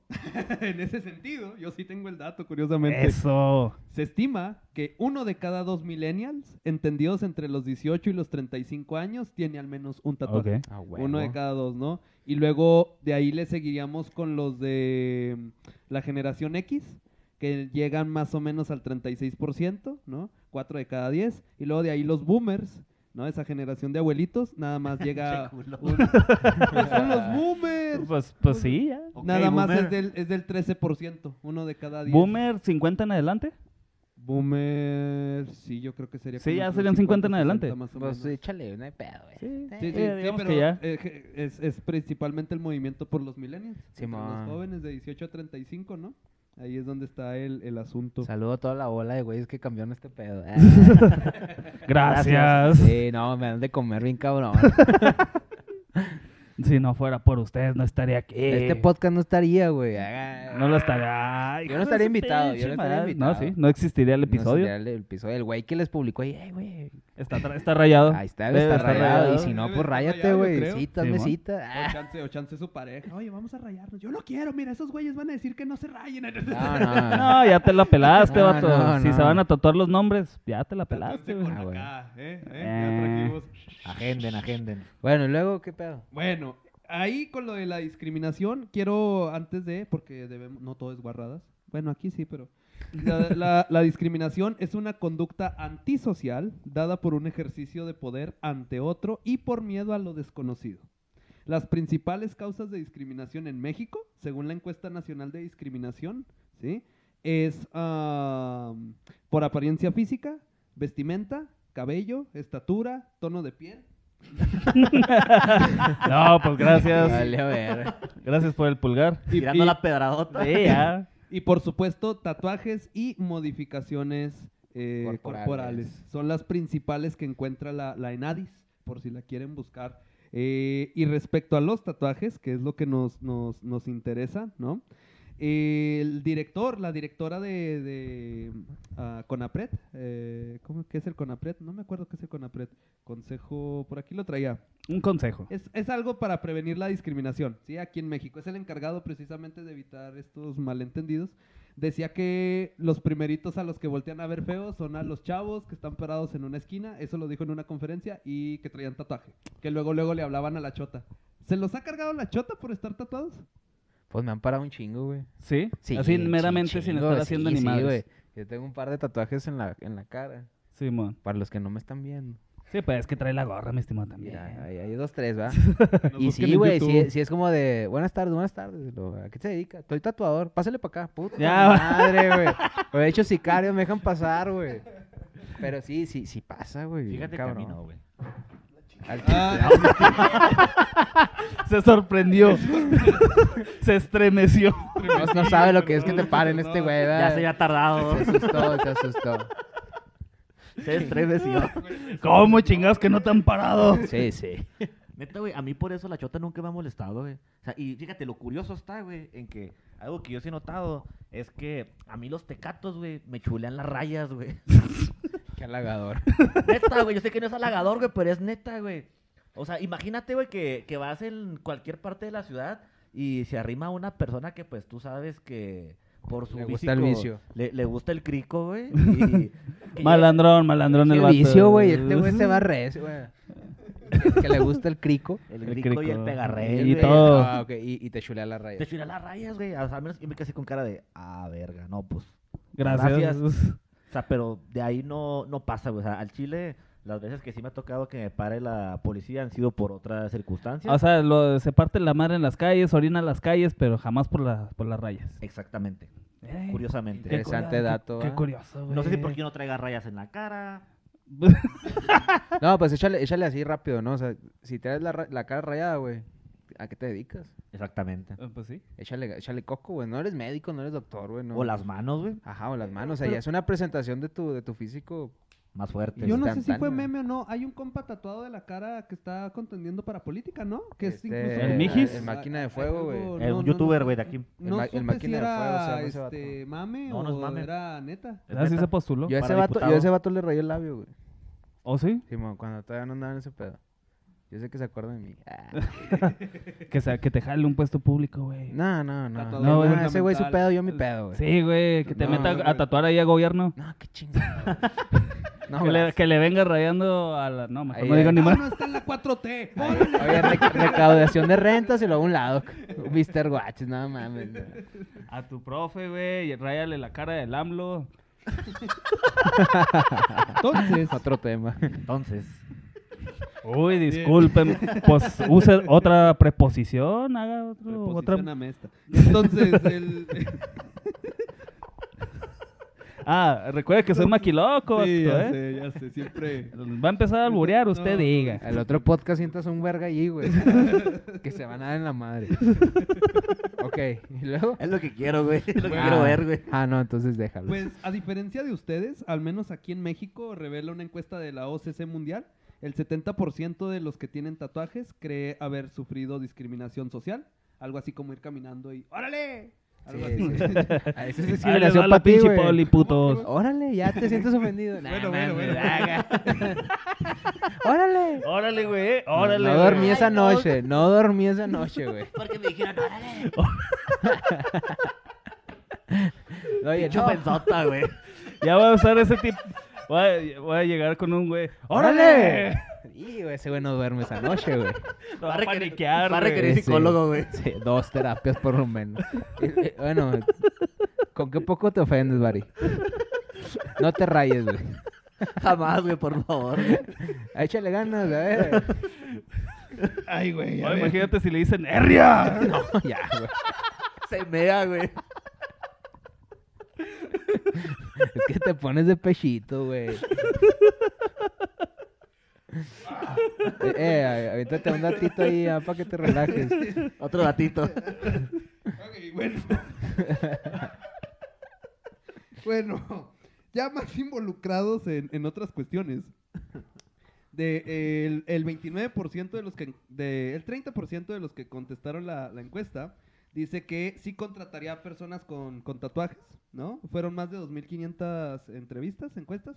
Speaker 4: en ese sentido, yo sí tengo el dato, curiosamente.
Speaker 2: Eso.
Speaker 4: Se estima que uno de cada dos millennials, entendidos entre los 18 y los 35 años, tiene al menos un tatuaje.
Speaker 2: Ok.
Speaker 3: Ah,
Speaker 4: eh, Uno de
Speaker 3: huevo.
Speaker 4: cada dos, ¿no? Y luego de ahí le seguiríamos con los de mm, la generación X, que llegan más o menos al 36%, ¿no? Cuatro de cada diez. Y luego de ahí los boomers, ¿no? Esa generación de abuelitos, nada más llega... un- Pues son los boomers.
Speaker 2: Pues, pues sí, ya.
Speaker 1: Ok,
Speaker 4: nada más
Speaker 1: boomer.
Speaker 4: es del, es del 13%, uno de cada diez.
Speaker 2: Boomer 50 en adelante.
Speaker 4: Boomer, sí, yo creo que sería...
Speaker 2: Sí,
Speaker 4: como
Speaker 2: ya
Speaker 4: unos
Speaker 2: serían 50 en
Speaker 4: 60
Speaker 2: adelante.
Speaker 4: más o
Speaker 3: Pues
Speaker 4: menos.
Speaker 3: échale, no hay pedo, güey.
Speaker 2: Sí.
Speaker 4: Sí, sí,
Speaker 2: Eh,
Speaker 4: sí,
Speaker 2: digamos
Speaker 4: pero
Speaker 2: que ya.
Speaker 4: eh, je- es, es principalmente el movimiento por los millennials. entre
Speaker 3: Simón.
Speaker 4: Los jóvenes de 18 a 35, ¿no? Ahí es donde está el, el asunto.
Speaker 3: Saludo a toda la bola de güeyes que cambiaron este pedo. eh.
Speaker 2: Gracias.
Speaker 3: Sí, no, me dan de comer bien cabrón.
Speaker 2: Si no fuera por ustedes, no estaría aquí.
Speaker 3: Este podcast no estaría, güey. Ah,
Speaker 2: No lo estaría. Ay,
Speaker 3: Yo no
Speaker 2: hijo de
Speaker 3: estaría
Speaker 2: su
Speaker 3: invitado, yo no
Speaker 2: pinche
Speaker 3: estaría
Speaker 2: madre.
Speaker 3: invitado.
Speaker 2: No, sí, no existiría el episodio.
Speaker 3: el episodio. El güey que les publicó ahí, "Ey, güey.
Speaker 2: Está, tra- está rayado.
Speaker 3: Ahí está,
Speaker 2: Debe
Speaker 3: está
Speaker 2: estar
Speaker 3: rayado.
Speaker 2: rayado.
Speaker 3: Y si no,
Speaker 4: Debe
Speaker 3: pues
Speaker 4: estar
Speaker 3: ráyate,
Speaker 4: rayado, yo
Speaker 3: güey.
Speaker 4: creo.
Speaker 3: Citas,
Speaker 2: Simón.
Speaker 3: mesita.
Speaker 4: O chance, o chance su pareja. Oye, vamos a rayarnos. Yo no quiero, mira, esos güeyes van a decir que no se rayen.
Speaker 3: Ah, No, no, no.
Speaker 2: No, ya te la pelaste,
Speaker 3: No,
Speaker 2: vato.
Speaker 3: no,
Speaker 2: si
Speaker 3: no.
Speaker 2: se van a tatuar los nombres, ya te la
Speaker 4: Entonces,
Speaker 2: pelaste, güey.
Speaker 4: con
Speaker 3: Ah, bueno.
Speaker 4: acá, ¿eh? ¿Eh?
Speaker 2: Eh.
Speaker 4: Ya trajimos-
Speaker 1: Agenden, agenden.
Speaker 3: Bueno, y luego, ¿qué pedo?
Speaker 4: Bueno, ahí con lo de la discriminación, quiero antes de, porque debemos, no todo es guarradas. Bueno, aquí sí, pero. La, la- la discriminación es una conducta antisocial dada por un ejercicio de poder ante otro y por miedo a lo desconocido. Las principales causas de discriminación en México, según la encuesta nacional de discriminación, ¿sí? es ah, por apariencia física, vestimenta, cabello, estatura, tono de piel,
Speaker 2: No, pues gracias.
Speaker 3: Vale, a ver.
Speaker 2: Gracias por el pulgar.
Speaker 4: Y-
Speaker 1: Tirando
Speaker 4: y-
Speaker 1: la pedradota.
Speaker 2: Sí, ya.
Speaker 4: Y por supuesto, tatuajes y modificaciones eh,
Speaker 3: Corporales.
Speaker 4: corporales. Son las principales que encuentra la, la Enadis, por si la quieren buscar. Eh, y respecto a los tatuajes, que es lo que nos, nos, nos interesa, ¿no? eh, el director, la directora de, de, ah, Conapred, eh, ¿cómo que es el Conapred? No me acuerdo qué es el Conapred. Consejo, por aquí lo traía.
Speaker 2: Un consejo.
Speaker 4: Es, es algo para prevenir la discriminación, ¿sí? Aquí en México. Es el encargado precisamente de evitar estos malentendidos. Decía que los primeritos a los que voltean a ver feos son a los chavos que están parados en una esquina, eso lo dijo en una conferencia, y que traían tatuaje. Que luego, luego le hablaban a la chota. ¿Se los ha cargado la chota por estar tatuados?
Speaker 3: Pues me han parado un chingo, güey.
Speaker 2: ¿Sí? Así
Speaker 3: un
Speaker 2: meramente sin
Speaker 3: chingo,
Speaker 2: estar
Speaker 3: sí,
Speaker 2: haciendo
Speaker 3: sí,
Speaker 2: animales.
Speaker 3: güey. Yo tengo un par de tatuajes en la, en la cara,
Speaker 2: Simón.
Speaker 3: para los que no me están viendo.
Speaker 2: Sí, pues es que trae la gorra, mi estimado también.
Speaker 3: Ya, Hay, hay dos, tres, ¿va?
Speaker 4: Que nos
Speaker 3: Y
Speaker 4: busquen
Speaker 3: sí,
Speaker 4: en
Speaker 3: güey, sí,
Speaker 4: YouTube.
Speaker 3: sí es como de, buenas tardes, buenas tardes, lo- ¿a qué se dedica? Estoy tatuador, pásale para acá, puta
Speaker 2: Ya, va.
Speaker 3: madre, güey. Lo he hecho sicario, me dejan pasar, güey. Pero sí, sí, sí pasa, güey.
Speaker 1: Fíjate que a
Speaker 3: cabrón.
Speaker 1: mí no, güey.
Speaker 3: Al
Speaker 4: Ah,
Speaker 2: Se sorprendió. Se estremeció.
Speaker 3: no, no sabe lo que es que te
Speaker 4: Perdón,
Speaker 3: paren
Speaker 4: perdón.
Speaker 3: este güey,
Speaker 5: Ya
Speaker 3: ¿verdad?
Speaker 5: se había tardado.
Speaker 3: Se asustó, se asustó.
Speaker 5: Se estremeció.
Speaker 2: ¿Cómo chingados que no te han parado?
Speaker 3: Sí, sí.
Speaker 1: Neta, güey, a mí por eso la chota nunca me ha molestado, güey. O sea, y fíjate, lo curioso está, güey, en que algo que yo sí he notado es que a mí los tecatos, güey, me chulean las rayas, güey.
Speaker 3: Qué halagador.
Speaker 1: Neta, güey, yo sé que no es halagador, güey, pero es neta, güey. O sea, imagínate, güey, que, que vas en cualquier parte de la ciudad y se arrima una persona que, pues, tú sabes que por su
Speaker 3: Le gusta el
Speaker 1: físico
Speaker 3: vicio.
Speaker 1: Le, le gusta el crico, güey. y que
Speaker 2: Malandrón, malandrón el
Speaker 3: Qué
Speaker 2: vato.
Speaker 3: vicio, güey, este güey se va recio, güey. Que- Que le gusta el crico.
Speaker 1: El
Speaker 2: El
Speaker 1: crico, y el
Speaker 2: crico.
Speaker 1: pegarrey,
Speaker 2: Y
Speaker 1: güey.
Speaker 2: todo. Oh.
Speaker 3: Ah, ok, y, y te chulea la raya.
Speaker 1: Te chulean las rayas, güey. O sea, al menos yo me quedé así con cara de, ah, verga, no, pues.
Speaker 2: Gracias.
Speaker 1: O sea, pero de ahí no, no pasa, güey. O sea, al Chile, las veces que sí me ha tocado que me pare la policía han sido por otras circunstancias.
Speaker 2: O sea, lo- se parte la madre en las calles, orina en las calles, pero jamás por, la, por las rayas. Exactamente.
Speaker 1: Curiosamente.
Speaker 2: Eh, Qué
Speaker 3: Interesante
Speaker 2: curioso,
Speaker 3: dato,
Speaker 2: Qué,
Speaker 3: ¿ah?
Speaker 2: curioso, güey.
Speaker 1: No sé si porque yo no traiga rayas en la cara.
Speaker 3: No, pues échale, échale así rápido, ¿no? O sea, si traes la, ra- la cara rayada, güey, ¿a qué te dedicas?
Speaker 1: Exactamente.
Speaker 2: Eh, Pues sí.
Speaker 3: Échale, échale coco, güey. No eres médico, no eres doctor, güey. No.
Speaker 1: O las manos, güey.
Speaker 3: Ajá, o las manos. O sea, ya es una presentación de tu, de tu físico.
Speaker 1: Más fuertes.
Speaker 4: Yo no sé
Speaker 3: instantáneo.
Speaker 4: si fue meme o no. Hay un compa tatuado de la cara que está contendiendo para política, ¿no? Que es
Speaker 3: Este,
Speaker 4: incluso.
Speaker 2: ¿El Mijis?
Speaker 3: el Máquina de Fuego, güey.
Speaker 4: algo-
Speaker 1: Eh,
Speaker 4: no,
Speaker 1: un
Speaker 4: no,
Speaker 1: youtuber,
Speaker 4: no.
Speaker 1: güey, de aquí.
Speaker 4: No
Speaker 3: El ma- el
Speaker 4: supe si
Speaker 3: Máquina de Fuego se
Speaker 4: era
Speaker 3: llama ese vato.
Speaker 4: este, mame
Speaker 1: No, no
Speaker 4: o
Speaker 1: es mame.
Speaker 4: era neta. Ah,
Speaker 1: Es
Speaker 2: Así
Speaker 1: neta.
Speaker 2: Ah, se postuló.
Speaker 3: Yo a,
Speaker 1: Para
Speaker 3: ese vato, yo
Speaker 1: diputado.
Speaker 3: a ese vato le rayé el labio, güey.
Speaker 2: ¿O sí?
Speaker 3: Simón, cuando todavía no andaba en ese pedo. Yo sé que se acuerda de mí. Ah.
Speaker 2: Que, sea, que te jale un puesto público, güey.
Speaker 3: No, no, no.
Speaker 4: Tatuador
Speaker 3: No,
Speaker 2: gubernamental.
Speaker 3: ese güey su pedo, yo mi pedo, güey.
Speaker 2: Sí, güey, que te
Speaker 3: No,
Speaker 2: meta
Speaker 4: güey.
Speaker 2: a tatuar ahí a gobierno.
Speaker 3: No, qué chingada. no,
Speaker 2: que, le,
Speaker 3: gracias.
Speaker 2: que le venga rayando a la... No, mejor
Speaker 3: Ahí,
Speaker 2: no digo
Speaker 3: ahí.
Speaker 2: ni
Speaker 4: Ah,
Speaker 2: más.
Speaker 4: no, está en la 4T.
Speaker 3: Oye, oye, rec- recaudación de rentas y luego a un lado. Mr. Watches, no mames. no.
Speaker 2: A tu profe, güey, y ráyale la cara del AMLO.
Speaker 4: Entonces,
Speaker 3: Otro tema.
Speaker 1: Entonces,
Speaker 2: Uy, disculpen. Pues use otra preposición, haga otro, otra...
Speaker 4: Preposicioname esta. Entonces, el.
Speaker 2: Ah, recuerda que soy maquiloco,
Speaker 4: sí,
Speaker 2: vato,
Speaker 4: ya
Speaker 2: ¿eh?
Speaker 4: sé, ya sé, siempre.
Speaker 2: Va a empezar a alburear, usted
Speaker 4: No,
Speaker 2: diga.
Speaker 3: El otro podcast sientas un verga allí, güey. que se van a dar en la madre. ok, y luego.
Speaker 1: es lo que quiero, güey. Es lo que
Speaker 3: Ah,
Speaker 1: quiero ver, güey.
Speaker 3: Ah, no, entonces déjalo.
Speaker 4: Pues, a diferencia de ustedes, al menos aquí en México, revela una encuesta de la OCC Mundial, el 70% de los que tienen tatuajes cree haber sufrido discriminación social. Algo así como ir caminando y ¡Órale!
Speaker 3: Sí,
Speaker 4: Algo
Speaker 3: sí,
Speaker 4: así.
Speaker 3: sí. Ah, esa es
Speaker 2: Ahí les
Speaker 3: discriminación
Speaker 2: va
Speaker 3: para
Speaker 2: la
Speaker 3: ti,
Speaker 2: pinche pues.
Speaker 3: güey.
Speaker 2: poli, putos.
Speaker 3: Órale, ya te sientes ofendido. Nah,
Speaker 4: Bueno,
Speaker 3: mames,
Speaker 4: bueno, bueno.
Speaker 3: haga. Órale.
Speaker 2: Órale, güey, órale.
Speaker 3: no
Speaker 2: güey.
Speaker 3: dormí esa
Speaker 5: Ay, no.
Speaker 3: noche, no dormí esa noche, güey.
Speaker 5: Porque me dijeron, órale.
Speaker 3: Oye,
Speaker 1: Pinche
Speaker 3: no.
Speaker 1: pensota, güey.
Speaker 2: Ya voy a usar ese tipo. Voy a, voy a llegar con un güey.
Speaker 3: ¡Órale! Y, güey, ese güey no duerme esa noche, güey.
Speaker 2: Lo va a paniquear,
Speaker 1: va a requerir
Speaker 3: Sí.
Speaker 1: psicólogo, güey.
Speaker 3: Sí, dos terapias por lo menos. Eh, eh, bueno, ¿con qué poco te ofendes, Bari? No te rayes, güey.
Speaker 1: Jamás, güey, por favor. güey.
Speaker 3: Échale ganas, a ver.
Speaker 4: Ay, güey.
Speaker 2: güey. Oye, imagínate si le dicen ¡Herria!
Speaker 3: No, ya, güey.
Speaker 1: Se mea, güey.
Speaker 3: Es que te pones de pechito, güey. Eh, eh, aviéntate un datito ahí para que te relajes.
Speaker 1: Otro gatito.
Speaker 4: Ok, bueno. bueno, ya más involucrados en, en otras cuestiones. De el, el 29% de los que de- el 30% de los que contestaron la, la encuesta dice que sí contrataría a personas con, con tatuajes, ¿no? Fueron más de 2.500 entrevistas, encuestas.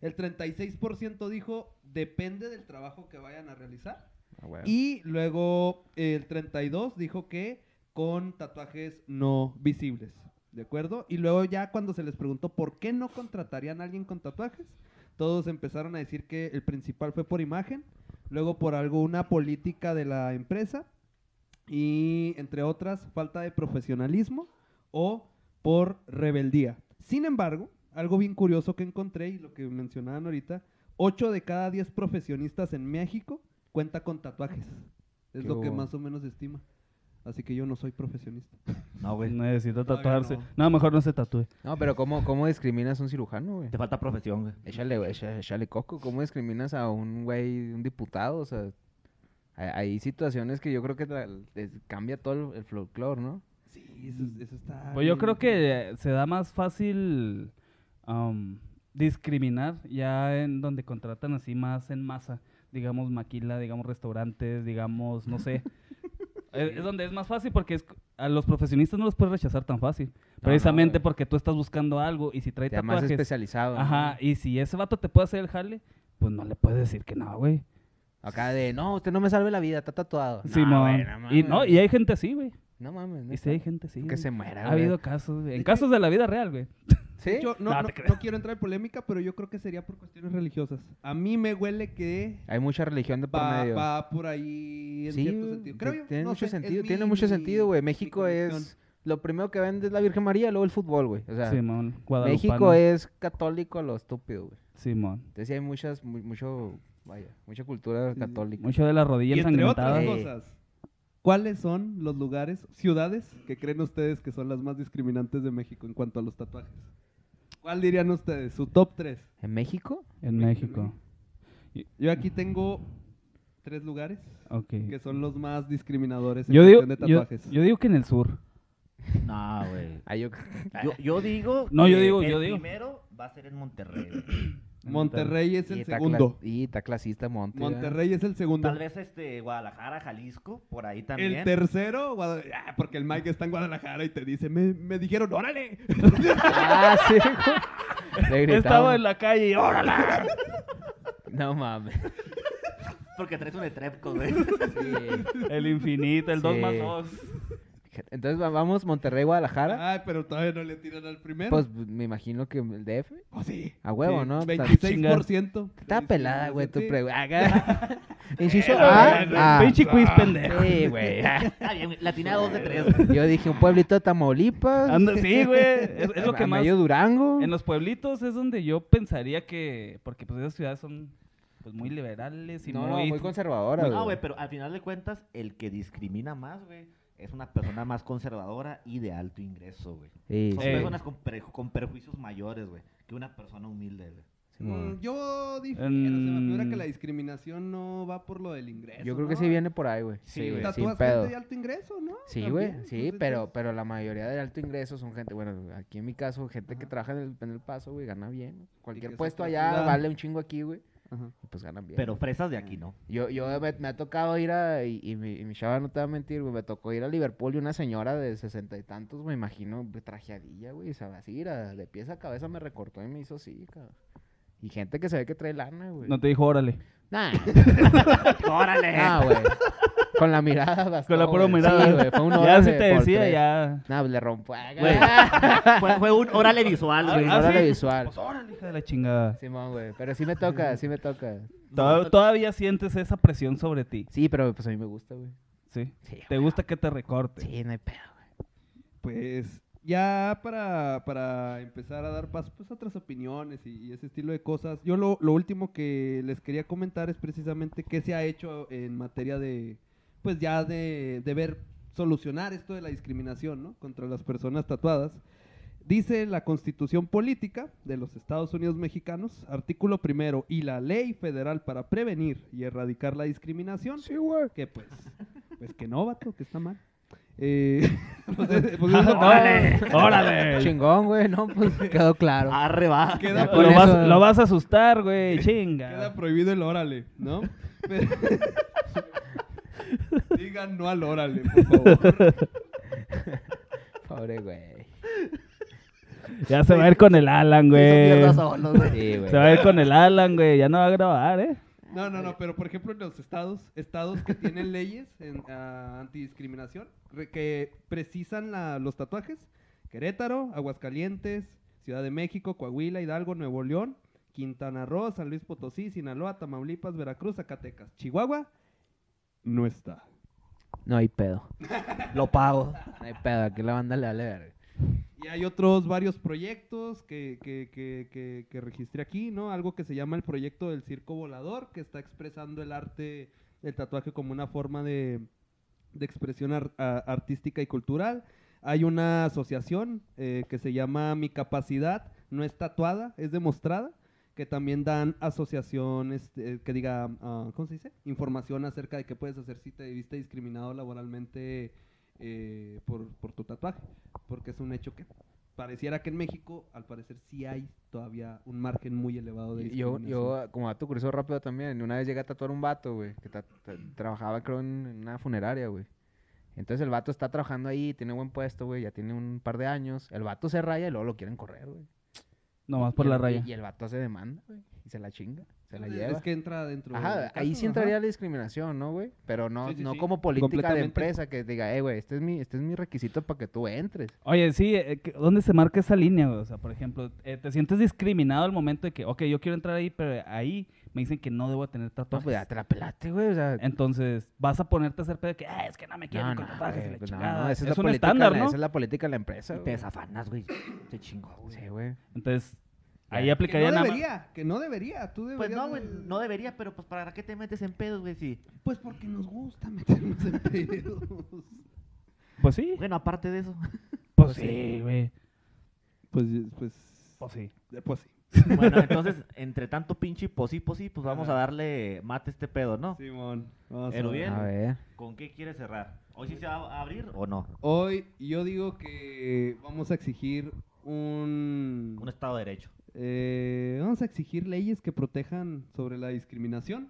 Speaker 4: El 36% dijo, depende del trabajo que vayan a realizar.
Speaker 3: Ah,
Speaker 4: Y luego el 32 dijo que con tatuajes no visibles, ¿de acuerdo? Y luego ya cuando se les preguntó por qué no contratarían a alguien con tatuajes, todos empezaron a decir que el principal fue por imagen, luego por alguna política de la empresa y entre otras falta de profesionalismo o por rebeldía. Sin embargo, algo bien curioso que encontré y lo que mencionaban ahorita, 8 de cada 10 profesionistas en México cuenta con tatuajes. Es
Speaker 3: Qué
Speaker 4: lo que
Speaker 3: hubo.
Speaker 4: más o menos estima. Así que yo no soy profesionista.
Speaker 1: No, güey.
Speaker 2: Necesita
Speaker 4: Pues, Todavía
Speaker 2: tatuarse.
Speaker 4: no.
Speaker 2: No. mejor no se tatúe.
Speaker 3: No, pero ¿cómo, cómo discriminas a un cirujano, güey?
Speaker 1: Te falta profesión, güey.
Speaker 3: Échale, güey, échale, échale coco. ¿Cómo discriminas a un güey, un diputado? O sea, hay, hay situaciones que yo creo que la- es- cambia todo el, el folclore, ¿no?
Speaker 4: Sí, eso, eso está.
Speaker 2: Pues yo
Speaker 4: Ah, bien.
Speaker 2: creo que eh, se da más fácil am, discriminar ya en donde contratan así más en masa. Digamos maquila, digamos restaurantes, digamos, no sé. es, es donde es más fácil porque es, a los profesionistas no los puedes rechazar tan fácil.
Speaker 3: no,
Speaker 2: precisamente
Speaker 4: eh.
Speaker 3: güey.
Speaker 2: porque tú estás buscando algo y si trae
Speaker 3: Ya más
Speaker 2: tatuajes...
Speaker 3: especializado. ¿no?
Speaker 2: Ajá, y si ese vato te puede hacer el jale, pues no le puedes decir que no, güey.
Speaker 3: Acá de, no, usted no me salve la vida, está tatuado. Pues No,
Speaker 2: Simón.
Speaker 3: güey, no
Speaker 2: y
Speaker 3: mames.
Speaker 2: no, y hay gente así, güey.
Speaker 3: No mames.
Speaker 2: Y
Speaker 3: neta.
Speaker 2: sí hay gente así.
Speaker 3: Que
Speaker 2: güey.
Speaker 3: se muera,
Speaker 2: Ha
Speaker 3: Ah, güey.
Speaker 2: habido casos, güey. En
Speaker 4: De
Speaker 2: casos de la vida real, güey.
Speaker 3: ¿Sí?
Speaker 4: Yo no,
Speaker 2: No,
Speaker 4: no-
Speaker 2: te
Speaker 4: no quiero entrar en polémica, pero yo creo que sería por cuestiones religiosas. A mí me huele que
Speaker 3: Hay mucha religión de por
Speaker 4: va,
Speaker 3: medio.
Speaker 4: va por ahí en
Speaker 3: sí,
Speaker 4: cierto
Speaker 3: güey,
Speaker 4: sentido.
Speaker 3: ti-
Speaker 4: Creo yo.
Speaker 3: Tiene
Speaker 4: no
Speaker 3: mucho
Speaker 4: sé, es
Speaker 3: sentido, tiene
Speaker 4: mi-
Speaker 3: mucho sentido, güey.
Speaker 4: mi
Speaker 3: México es...
Speaker 4: convicción.
Speaker 3: Lo primero que vende es la Virgen María, luego el fútbol, güey. O sea,
Speaker 2: Simón, Guadalupano.
Speaker 3: México es católico a lo estúpido, güey.
Speaker 2: Simón.
Speaker 3: Entonces sí hay muchas, mu- mucho, vaya, mucha cultura
Speaker 4: sí.
Speaker 3: católica.
Speaker 2: Mucho de la
Speaker 4: Y
Speaker 2: rodilla
Speaker 4: entre
Speaker 2: ensangrentada.
Speaker 4: otras
Speaker 3: Sí.
Speaker 4: cosas, ¿cuáles son los lugares, ciudades que creen ustedes que son las más discriminantes de México en cuanto a los tatuajes? ¿Cuál dirían ustedes? Su top 3.
Speaker 3: ¿En México?
Speaker 2: En México.
Speaker 4: Yo aquí tengo tres lugares
Speaker 2: Ok.
Speaker 4: que son los más discriminadores en
Speaker 2: Yo digo,
Speaker 4: cuestión de
Speaker 2: yo,
Speaker 4: tatuajes.
Speaker 2: yo digo que en el sur.
Speaker 1: No, güey.
Speaker 3: Ah, yo...
Speaker 1: Yo, yo digo.
Speaker 2: No, yo
Speaker 1: que
Speaker 2: digo,
Speaker 1: el
Speaker 2: yo digo.
Speaker 1: primero va a ser en Monterrey. güey.
Speaker 4: Monterrey es
Speaker 3: y
Speaker 4: el
Speaker 3: está
Speaker 4: segundo.
Speaker 3: clas- Y está clasista Monte. ¿verdad?
Speaker 4: Monterrey es el segundo.
Speaker 1: Tal vez este Guadalajara, Jalisco, por ahí también.
Speaker 4: El tercero, Guada- ah, porque el Mike está en Guadalajara y te dice, me, me dijeron, órale.
Speaker 3: Ah, sí. güey. Le gritaba.
Speaker 2: la calle y órale.
Speaker 3: No mames.
Speaker 1: Porque traes un etrepco, güey.
Speaker 3: Sí.
Speaker 2: El infinito, el 2
Speaker 3: Sí.
Speaker 2: más 2.
Speaker 3: Entonces va- vamos Monterrey, Guadalajara.
Speaker 4: Ay, pero todavía no le tiran al primero.
Speaker 3: Pues me imagino que el DF.
Speaker 4: Oh, sí.
Speaker 3: A huevo, ¿no? Está-
Speaker 4: 26%.
Speaker 3: Está pelada, güey, tu
Speaker 4: Sí.
Speaker 3: pregunta. Inciso
Speaker 4: Pero,
Speaker 3: A.
Speaker 4: bueno,
Speaker 3: ah,
Speaker 2: Pinche quiz pendejo.
Speaker 3: Sí, güey. ah.
Speaker 1: Está bien, güey. Latina 2 de 3.
Speaker 3: Yo dije un pueblito de Tamaulipas.
Speaker 2: Anda- sí, güey. Es, es lo que
Speaker 3: a
Speaker 2: más.
Speaker 3: medio Durango.
Speaker 2: En los pueblitos es donde yo pensaría que. Porque pues esas ciudades son pues, muy liberales y
Speaker 3: no, no,
Speaker 2: muy.
Speaker 3: muy conservadora,
Speaker 1: No,
Speaker 3: güey.
Speaker 1: güey, pero al final de cuentas, el que discrimina más, güey, es una persona más conservadora y de alto ingreso, güey.
Speaker 3: Sí,
Speaker 1: Son
Speaker 2: Eh.
Speaker 1: personas con, perju- con perjuicios mayores, güey, que una persona humilde, güey.
Speaker 3: sí,
Speaker 4: Mm,
Speaker 3: güey.
Speaker 4: yo difiero, se me figura que
Speaker 2: Mm.
Speaker 4: la discriminación no va por lo del ingreso.
Speaker 3: Yo creo que
Speaker 4: ¿no?
Speaker 3: sí viene por ahí, güey.
Speaker 1: Sí,
Speaker 3: Sí,
Speaker 1: güey.
Speaker 3: güey, sin
Speaker 4: Tatúas
Speaker 3: pedo.
Speaker 4: gente de alto ingreso, ¿no?
Speaker 3: Sí,
Speaker 4: También,
Speaker 3: güey, sí,
Speaker 4: entonces,
Speaker 3: pero, pero la mayoría de alto ingreso son gente, bueno, aquí en mi caso, gente que trabaja en el, en el paso, güey, gana bien.
Speaker 4: que
Speaker 3: Cualquier
Speaker 4: es
Speaker 3: puesto
Speaker 4: otra
Speaker 3: allá
Speaker 4: ciudad.
Speaker 3: vale un chingo aquí, güey,
Speaker 4: ajá.
Speaker 3: y pues ganan bien.
Speaker 1: Pero fresas de aquí, ¿no?
Speaker 3: Yo, yo me, me ha tocado ir a, y, y mi, y mi chava no te va a mentir, güey, me tocó ir a Liverpool y una señora de sesenta y tantos, me imagino, güey, trajeadilla, güey, ¿sabes? Así, era, de pies a cabeza me recortó y me hizo así, cabrón. Y gente que se ve que trae lana, güey.
Speaker 2: No te dijo órale.
Speaker 3: Nah,
Speaker 5: ¡Órale!
Speaker 1: Ah,
Speaker 3: nah, güey. Con la mirada bastó,
Speaker 2: Con la pura
Speaker 3: güey.
Speaker 2: mirada.
Speaker 3: Sí, güey, fue un
Speaker 2: ya
Speaker 3: órale
Speaker 2: si te
Speaker 3: por
Speaker 2: decía,
Speaker 3: tres.
Speaker 2: ya.
Speaker 3: Nah, pues, le ah, rompo.
Speaker 1: Güey. Fue, fue un órale visual, güey.
Speaker 2: Ah,
Speaker 3: Órale
Speaker 2: sí.
Speaker 3: visual.
Speaker 2: Pues órale, hija de la chingada.
Speaker 3: Simón, güey. Pero sí me toca, sí me toca.
Speaker 2: Todav- Todavía sientes esa presión sobre ti.
Speaker 3: Sí, pero pues a mí me gusta, güey.
Speaker 2: Sí.
Speaker 3: Sí,
Speaker 2: Te gusta que te recorte.
Speaker 3: Sí, no hay pedo, güey.
Speaker 4: Pues ya para, para empezar a dar paso pues, a otras opiniones y, y ese estilo de cosas, yo lo, lo último que les quería comentar es precisamente qué se ha hecho en materia de, pues ya de, de ver, solucionar esto de la discriminación ¿no? contra las personas tatuadas. Dice la Constitución Política de los Estados Unidos Mexicanos, artículo primero, y la Ley Federal para prevenir y erradicar la discriminación,
Speaker 3: güey.
Speaker 4: que pues, pues que no, vato, que está mal. Eh, pues, eh, pues, eso-
Speaker 2: ¡Órale! ¡Órale!
Speaker 3: Chingón, güey. No, pues quedó claro.
Speaker 1: Arre, va.
Speaker 3: Ya
Speaker 4: Queda
Speaker 2: Lo
Speaker 3: con
Speaker 4: prohibido-
Speaker 2: vas,
Speaker 3: eso-
Speaker 2: lo vas a asustar, güey.
Speaker 4: Queda
Speaker 2: Chinga.
Speaker 4: prohibido el órale, ¿no? Pero- Digan no al órale, por favor.
Speaker 3: Pobre güey.
Speaker 2: Ya se va a ir con el Alan, güey.
Speaker 6: mierda solo, güey.
Speaker 3: Sí, güey.
Speaker 2: Se va a ir con el Alan, güey. Ya no va a grabar, ¿eh?
Speaker 4: No, no, no, pero por ejemplo en los estados, estados que tienen leyes en, ah, antidiscriminación, re- que precisan la- los tatuajes, Querétaro, Aguascalientes, Ciudad de México, Coahuila, Hidalgo, Nuevo León, Quintana Roo, San Luis Potosí, Sinaloa, Tamaulipas, Veracruz, Zacatecas, Chihuahua, no está.
Speaker 3: No hay pedo.
Speaker 6: Lo pago.
Speaker 3: No hay pedo. Aquí la banda le vale verga.
Speaker 4: Y hay otros varios proyectos que, que, que, que- que registré aquí, ¿no? Algo que se llama el proyecto del circo volador, que está expresando el arte del tatuaje como una forma de, de expresión ar- a- artística y cultural. Hay una asociación eh, que se llama Mi Capacidad, no es tatuada, es demostrada, que también dan asociaciones eh, que diga, ah, ¿cómo se dice? Información acerca de qué puedes hacer si te viste discriminado laboralmente eh, por, por tu tatuaje, porque es un hecho que pareciera que en México, al parecer, sí hay todavía un margen muy elevado de
Speaker 3: Yo,
Speaker 4: discriminación.
Speaker 3: yo, como dato curioso rápido también, una vez llegué a tatuar un vato, güey, que ta- ta- trabajaba, creo, en, en una funeraria, güey. Entonces el vato está trabajando ahí, tiene buen puesto, güey, ya tiene un par de años. El vato se raya y luego lo quieren correr, güey.
Speaker 2: Nomás
Speaker 3: Y
Speaker 2: por la
Speaker 3: el-
Speaker 2: raya.
Speaker 3: Y, y el vato se demanda, güey, y se la chinga, se la
Speaker 4: Es-
Speaker 3: lleva.
Speaker 4: Es que entra dentro
Speaker 3: Ajá,
Speaker 4: del
Speaker 3: ahí
Speaker 4: caso,
Speaker 3: sí entraría la discriminación, ¿no, güey? Pero no,
Speaker 4: Sí, sí,
Speaker 3: no
Speaker 4: sí.
Speaker 3: como política de
Speaker 4: Completamente.
Speaker 3: empresa que diga, eh, güey, este es mi, este es mi requisito para que tú entres.
Speaker 2: Oye, sí, eh, que- ¿dónde se marca esa línea, güey? O sea, por ejemplo, eh, ¿te sientes discriminado al momento de que, ok, yo quiero entrar ahí, pero ahí me dicen que no debo tener
Speaker 3: No,
Speaker 2: tatuajes?
Speaker 3: pues ya te la pelaste, güey, o sea...
Speaker 2: Entonces, vas a ponerte a hacer pedo de que, "Ah, es que no me quieren
Speaker 3: Eh, No,
Speaker 2: con
Speaker 3: no,
Speaker 2: tatuajes y
Speaker 3: güey,
Speaker 2: la
Speaker 3: pues no,
Speaker 2: chingada".
Speaker 3: no, esa es,
Speaker 2: es
Speaker 3: la
Speaker 2: un
Speaker 3: política,
Speaker 2: estándar,
Speaker 3: la-
Speaker 2: ¿no?
Speaker 3: Esa es la política de la empresa,
Speaker 6: Y te
Speaker 3: güey.
Speaker 6: desafanas, güey. Te chingo, güey.
Speaker 3: ah. Sí, güey.
Speaker 2: Entonces, ahí
Speaker 3: Ya.
Speaker 4: Que no
Speaker 2: aplicaría nada más.
Speaker 4: debería, que no debería, tú
Speaker 6: Pues
Speaker 4: deberías
Speaker 6: no,
Speaker 4: de-
Speaker 6: güey, no debería, pero pues para qué te metes en pedos, güey, sí.
Speaker 4: Pues porque nos gusta meternos en pedos.
Speaker 2: Pues sí, pues,
Speaker 6: Bueno, aparte de eso.
Speaker 2: sí, güey.
Speaker 4: Pues, pues,
Speaker 2: Pues sí.
Speaker 4: pues sí.
Speaker 6: Bueno, entonces, entre tanto pinche posí, posí, pues vamos a darle mate a este pedo, ¿no?
Speaker 4: Simón, vamos
Speaker 6: Pero
Speaker 4: a ver.
Speaker 6: bien.
Speaker 3: A ver.
Speaker 6: ¿Con qué quieres cerrar? ¿Hoy sí se va a abrir o no?
Speaker 4: Hoy yo digo que vamos a exigir un...
Speaker 6: Un Estado de Derecho.
Speaker 4: eh, vamos a exigir leyes que protejan sobre la discriminación.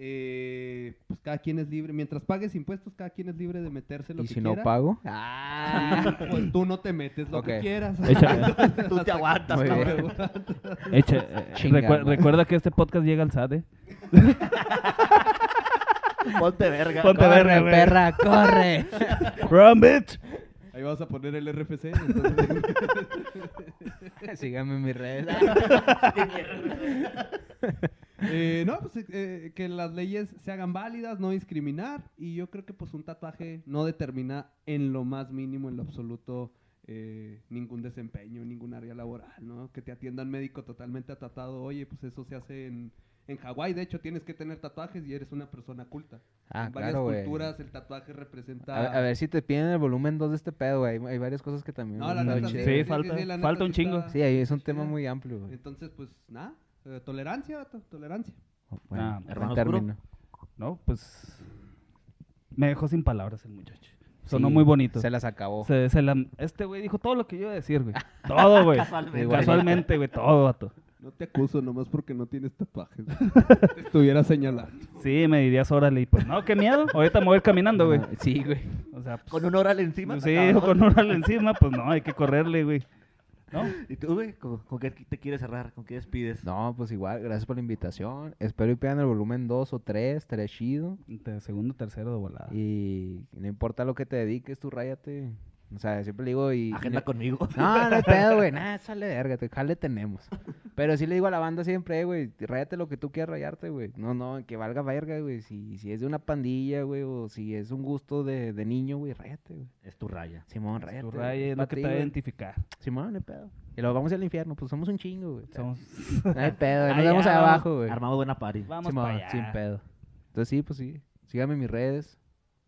Speaker 4: Eh, pues cada quien es libre, mientras pagues impuestos, cada quien es libre de meterse lo
Speaker 3: ¿Y
Speaker 4: que
Speaker 3: si
Speaker 4: quiera.
Speaker 3: no pago? Ah,
Speaker 4: Pues tú no te metes lo
Speaker 3: Ok.
Speaker 4: que quieras.
Speaker 2: Échale.
Speaker 6: Tú te aguantas,
Speaker 3: Muy bien.
Speaker 6: cabrón.
Speaker 2: Echa, eh,
Speaker 3: Chinga,
Speaker 2: recue-
Speaker 3: madre.
Speaker 2: recuerda que este podcast llega al SAD, ¿eh?
Speaker 6: Ponte verga.
Speaker 2: Ponte
Speaker 6: cabrón.
Speaker 2: verga, güey.
Speaker 3: perra, corre.
Speaker 2: Run, bitch.
Speaker 4: Ahí vas a poner el RFC. entonces-
Speaker 3: Síganme en mis redes.
Speaker 4: Eh, no, pues eh, que las leyes se hagan válidas, no discriminar. Y yo creo que pues un tatuaje no determina en lo más mínimo, en lo absoluto, eh, ningún desempeño, ningún área laboral, ¿no? Que te atiendan médico totalmente atratado. Oye, pues eso se hace en, en Hawái. De hecho, tienes que tener tatuajes y eres una persona culta.
Speaker 3: Ah,
Speaker 4: en varias
Speaker 3: claro, güey.
Speaker 4: culturas el tatuaje
Speaker 3: A,
Speaker 4: representa...
Speaker 3: ver- a ver si te piden el volumen 2 de este pedo, güey. Hay, hay varias cosas que también.
Speaker 4: No, la
Speaker 3: están
Speaker 4: neta,
Speaker 2: Sí,
Speaker 4: sí,
Speaker 3: chidas.
Speaker 4: sí, sí,
Speaker 2: falta-
Speaker 4: sí, la neta
Speaker 2: falta un
Speaker 4: sí
Speaker 2: chingo.
Speaker 4: está-
Speaker 3: Sí, ahí es un
Speaker 4: está
Speaker 3: tema
Speaker 4: chida.
Speaker 3: muy amplio, güey.
Speaker 4: Entonces, pues nada, eh, tolerancia, vato, tolerancia.
Speaker 2: Ah,
Speaker 3: Bueno, buen
Speaker 6: hermano
Speaker 3: término.
Speaker 2: No, pues. Me dejó sin palabras el muchacho. Sonó
Speaker 3: Sí,
Speaker 2: muy bonito.
Speaker 3: Se las acabó.
Speaker 2: Se- se la- este güey dijo todo lo que yo iba a decir, güey. Todo, güey.
Speaker 6: Casualmente.
Speaker 2: Casualmente, güey, todo, vato.
Speaker 4: No te acuso nomás porque no tienes tatuajes. te estuviera señalando.
Speaker 2: Sí, me dirías, órale, y pues, no, qué miedo. Ahorita me voy a ir caminando, güey.
Speaker 3: Ah, Sí, güey.
Speaker 2: O sea, pues,
Speaker 6: Con un oral encima.
Speaker 2: sí,
Speaker 6: cabrón.
Speaker 2: o con un ala encima, pues no, hay que correrle, güey. ¿No?
Speaker 6: ¿Y tú, güey? ¿Con, con qué te quieres cerrar? ¿Con qué despides?
Speaker 3: No, pues igual, gracias por la invitación. Espero y pidan el volumen 2 o 3, estaría chido.
Speaker 2: De segundo, tercero de volada.
Speaker 3: Y no importa lo que te dediques, tú ráyate. O sea, siempre le digo y...
Speaker 6: Agenda
Speaker 3: y-
Speaker 6: conmigo.
Speaker 3: No, no hay pedo, güey. Nada, sale verga, te jale tenemos. Pero sí le digo a la banda siempre, eh, güey, rayate lo que tú quieras rayarte, güey. No, no, que valga verga, güey. Si, si es de una pandilla, güey, o si es un gusto de, de niño, güey, rayate, güey.
Speaker 6: Es tu raya.
Speaker 3: Simón, rayate.
Speaker 2: Tu
Speaker 3: güey,
Speaker 2: raya
Speaker 3: es
Speaker 2: Pues es lo
Speaker 3: pa'
Speaker 2: que
Speaker 3: ti,
Speaker 2: te va a
Speaker 3: güey.
Speaker 2: identificar.
Speaker 3: Simón, no hay pedo. Y lo vamos al infierno, pues somos un chingo, güey.
Speaker 2: Somos-
Speaker 3: No hay pedo, güey, nos
Speaker 2: Ahí
Speaker 3: vemos
Speaker 2: Ah, ya
Speaker 3: allá
Speaker 2: vamos,
Speaker 3: abajo, güey.
Speaker 6: Armamos buena party.
Speaker 2: Vamos
Speaker 3: Simón,
Speaker 2: para allá.
Speaker 3: sin pedo. Entonces sí, pues sí. Síganme en mis redes.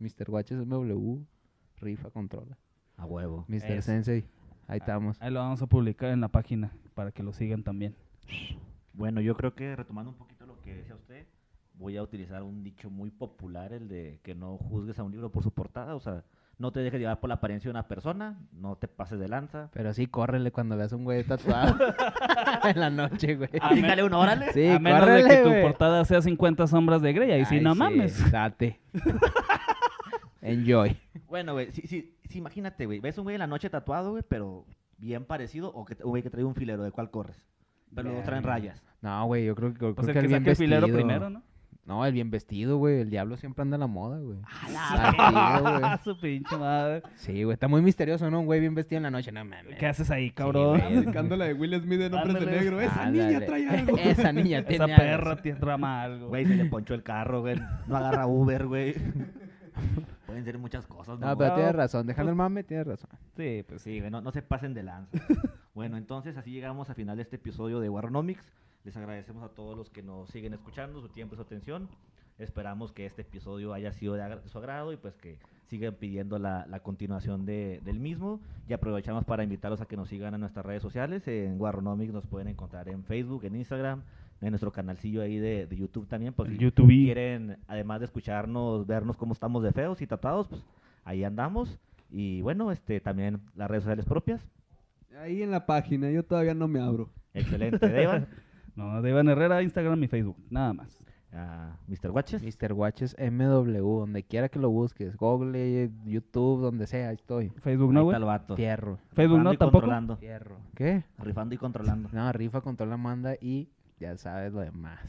Speaker 3: Mr. Watches MW. Rifa, controla.
Speaker 6: A huevo.
Speaker 3: Mr.
Speaker 2: Eso.
Speaker 3: Sensei.
Speaker 2: Ah.
Speaker 3: Ahí estamos.
Speaker 2: Ahí lo vamos a publicar en la página para que lo sigan también.
Speaker 6: Bueno, yo creo que retomando un poquito lo que decía usted, voy a utilizar un dicho muy popular, el de que no juzgues a un libro por su portada, o sea, no te dejes llevar por la apariencia de una persona, no te pases de lanza.
Speaker 3: Pero sí, córrele cuando veas a un güey tatuado. en la noche, güey.
Speaker 6: Aplícale un órale.
Speaker 3: Sí,
Speaker 2: a menos de que
Speaker 3: córrele,
Speaker 2: tu
Speaker 3: güey.
Speaker 2: portada sea 50 sombras de Grey, ahí sí
Speaker 3: Ay,
Speaker 2: no mames.
Speaker 3: Date. Enjoy.
Speaker 1: Bueno, güey, sí, sí, sí, imagínate, güey. Ves un güey en la noche tatuado, güey, pero bien parecido, o que, te- un güey que trae un filero, ¿de cuál corres? Pero luego traen
Speaker 3: Verga.
Speaker 1: rayas.
Speaker 3: No, güey, yo creo que, creo
Speaker 2: Pues el
Speaker 3: que
Speaker 2: que
Speaker 3: el bien
Speaker 2: saque el
Speaker 3: vestido.
Speaker 2: filero primero, ¿no?
Speaker 3: No, el bien vestido, güey. El diablo siempre anda a la moda, güey. Al tiro, güey.
Speaker 2: Ah, su pinche madre.
Speaker 3: Sí, güey, está muy misterioso, ¿no? Un güey bien vestido en la noche, no mames.
Speaker 2: ¿Qué haces ahí, cabrón?
Speaker 3: güey.
Speaker 4: Aplicando la de Will Smith en Hombres de
Speaker 1: Ándale.
Speaker 4: Negro. Esa
Speaker 3: Ándale.
Speaker 4: niña trae algo.
Speaker 3: Ah, Esa niña tiene
Speaker 2: Esa
Speaker 3: algo.
Speaker 2: perra te trama algo.
Speaker 1: Güey, se le ponchó el carro, güey. No agarra Uber, güey. Pueden ser muchas cosas, ¿no?
Speaker 3: No,
Speaker 1: güey?
Speaker 3: pero tienes razón.
Speaker 4: Pues
Speaker 3: Dejando el mame, tienes razón.
Speaker 2: Sí, pues sí.
Speaker 1: Sí, güey, no, no se pasen de lanza. bueno, entonces así llegamos al final de este episodio de Warnomics. Les agradecemos a todos los que nos siguen escuchando, su tiempo y su atención. Esperamos que este episodio haya sido de agra- su agrado y pues que sigan pidiendo la, la continuación de- del mismo. Y aprovechamos para invitarlos a que nos sigan en nuestras redes sociales. En Warnomics nos pueden encontrar en Facebook, en Instagram, en nuestro canalcillo ahí de, de YouTube también. Porque
Speaker 2: El YouTube.
Speaker 1: quieren, además de escucharnos, vernos cómo estamos de feos y tratados, pues ahí andamos. Y bueno, este también las redes sociales propias.
Speaker 4: Ahí en la página, yo todavía no me abro.
Speaker 1: Excelente, Devan.
Speaker 2: No, de Iván Herrera, Instagram y Facebook. Nada más.
Speaker 1: a Mr. Watches.
Speaker 3: Mr. Watches MW, donde quiera que lo busques. Google, YouTube, donde sea, ahí estoy.
Speaker 2: Facebook
Speaker 1: Ahí
Speaker 2: no,
Speaker 1: está
Speaker 2: güey.
Speaker 1: el vato.
Speaker 3: Fierro.
Speaker 2: Facebook
Speaker 1: Rifando
Speaker 2: no,
Speaker 1: y
Speaker 2: tampoco.
Speaker 1: Controlando.
Speaker 3: Fierro. ¿Qué?
Speaker 1: Rifando y controlando.
Speaker 3: No, rifa con toda la manda y ya sabes lo demás.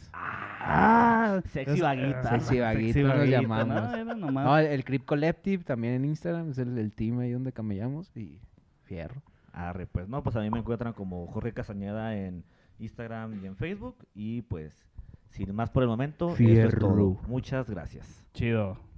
Speaker 1: Ah, sexy
Speaker 2: Es-
Speaker 1: vaguita.
Speaker 3: sexy vaguito, nos
Speaker 2: vaguito,
Speaker 3: llamamos.
Speaker 2: No, era nomás.
Speaker 3: No, el, el Crip Collective también en Instagram, es el, el team ahí donde camellamos y fierro.
Speaker 1: Arre, pues no, pues a mí me encuentran como Jorge Castañeda en Instagram y en Facebook. Y pues, sin más por el momento, eso es todo.
Speaker 3: Fierro.
Speaker 1: Muchas gracias.
Speaker 2: Chido.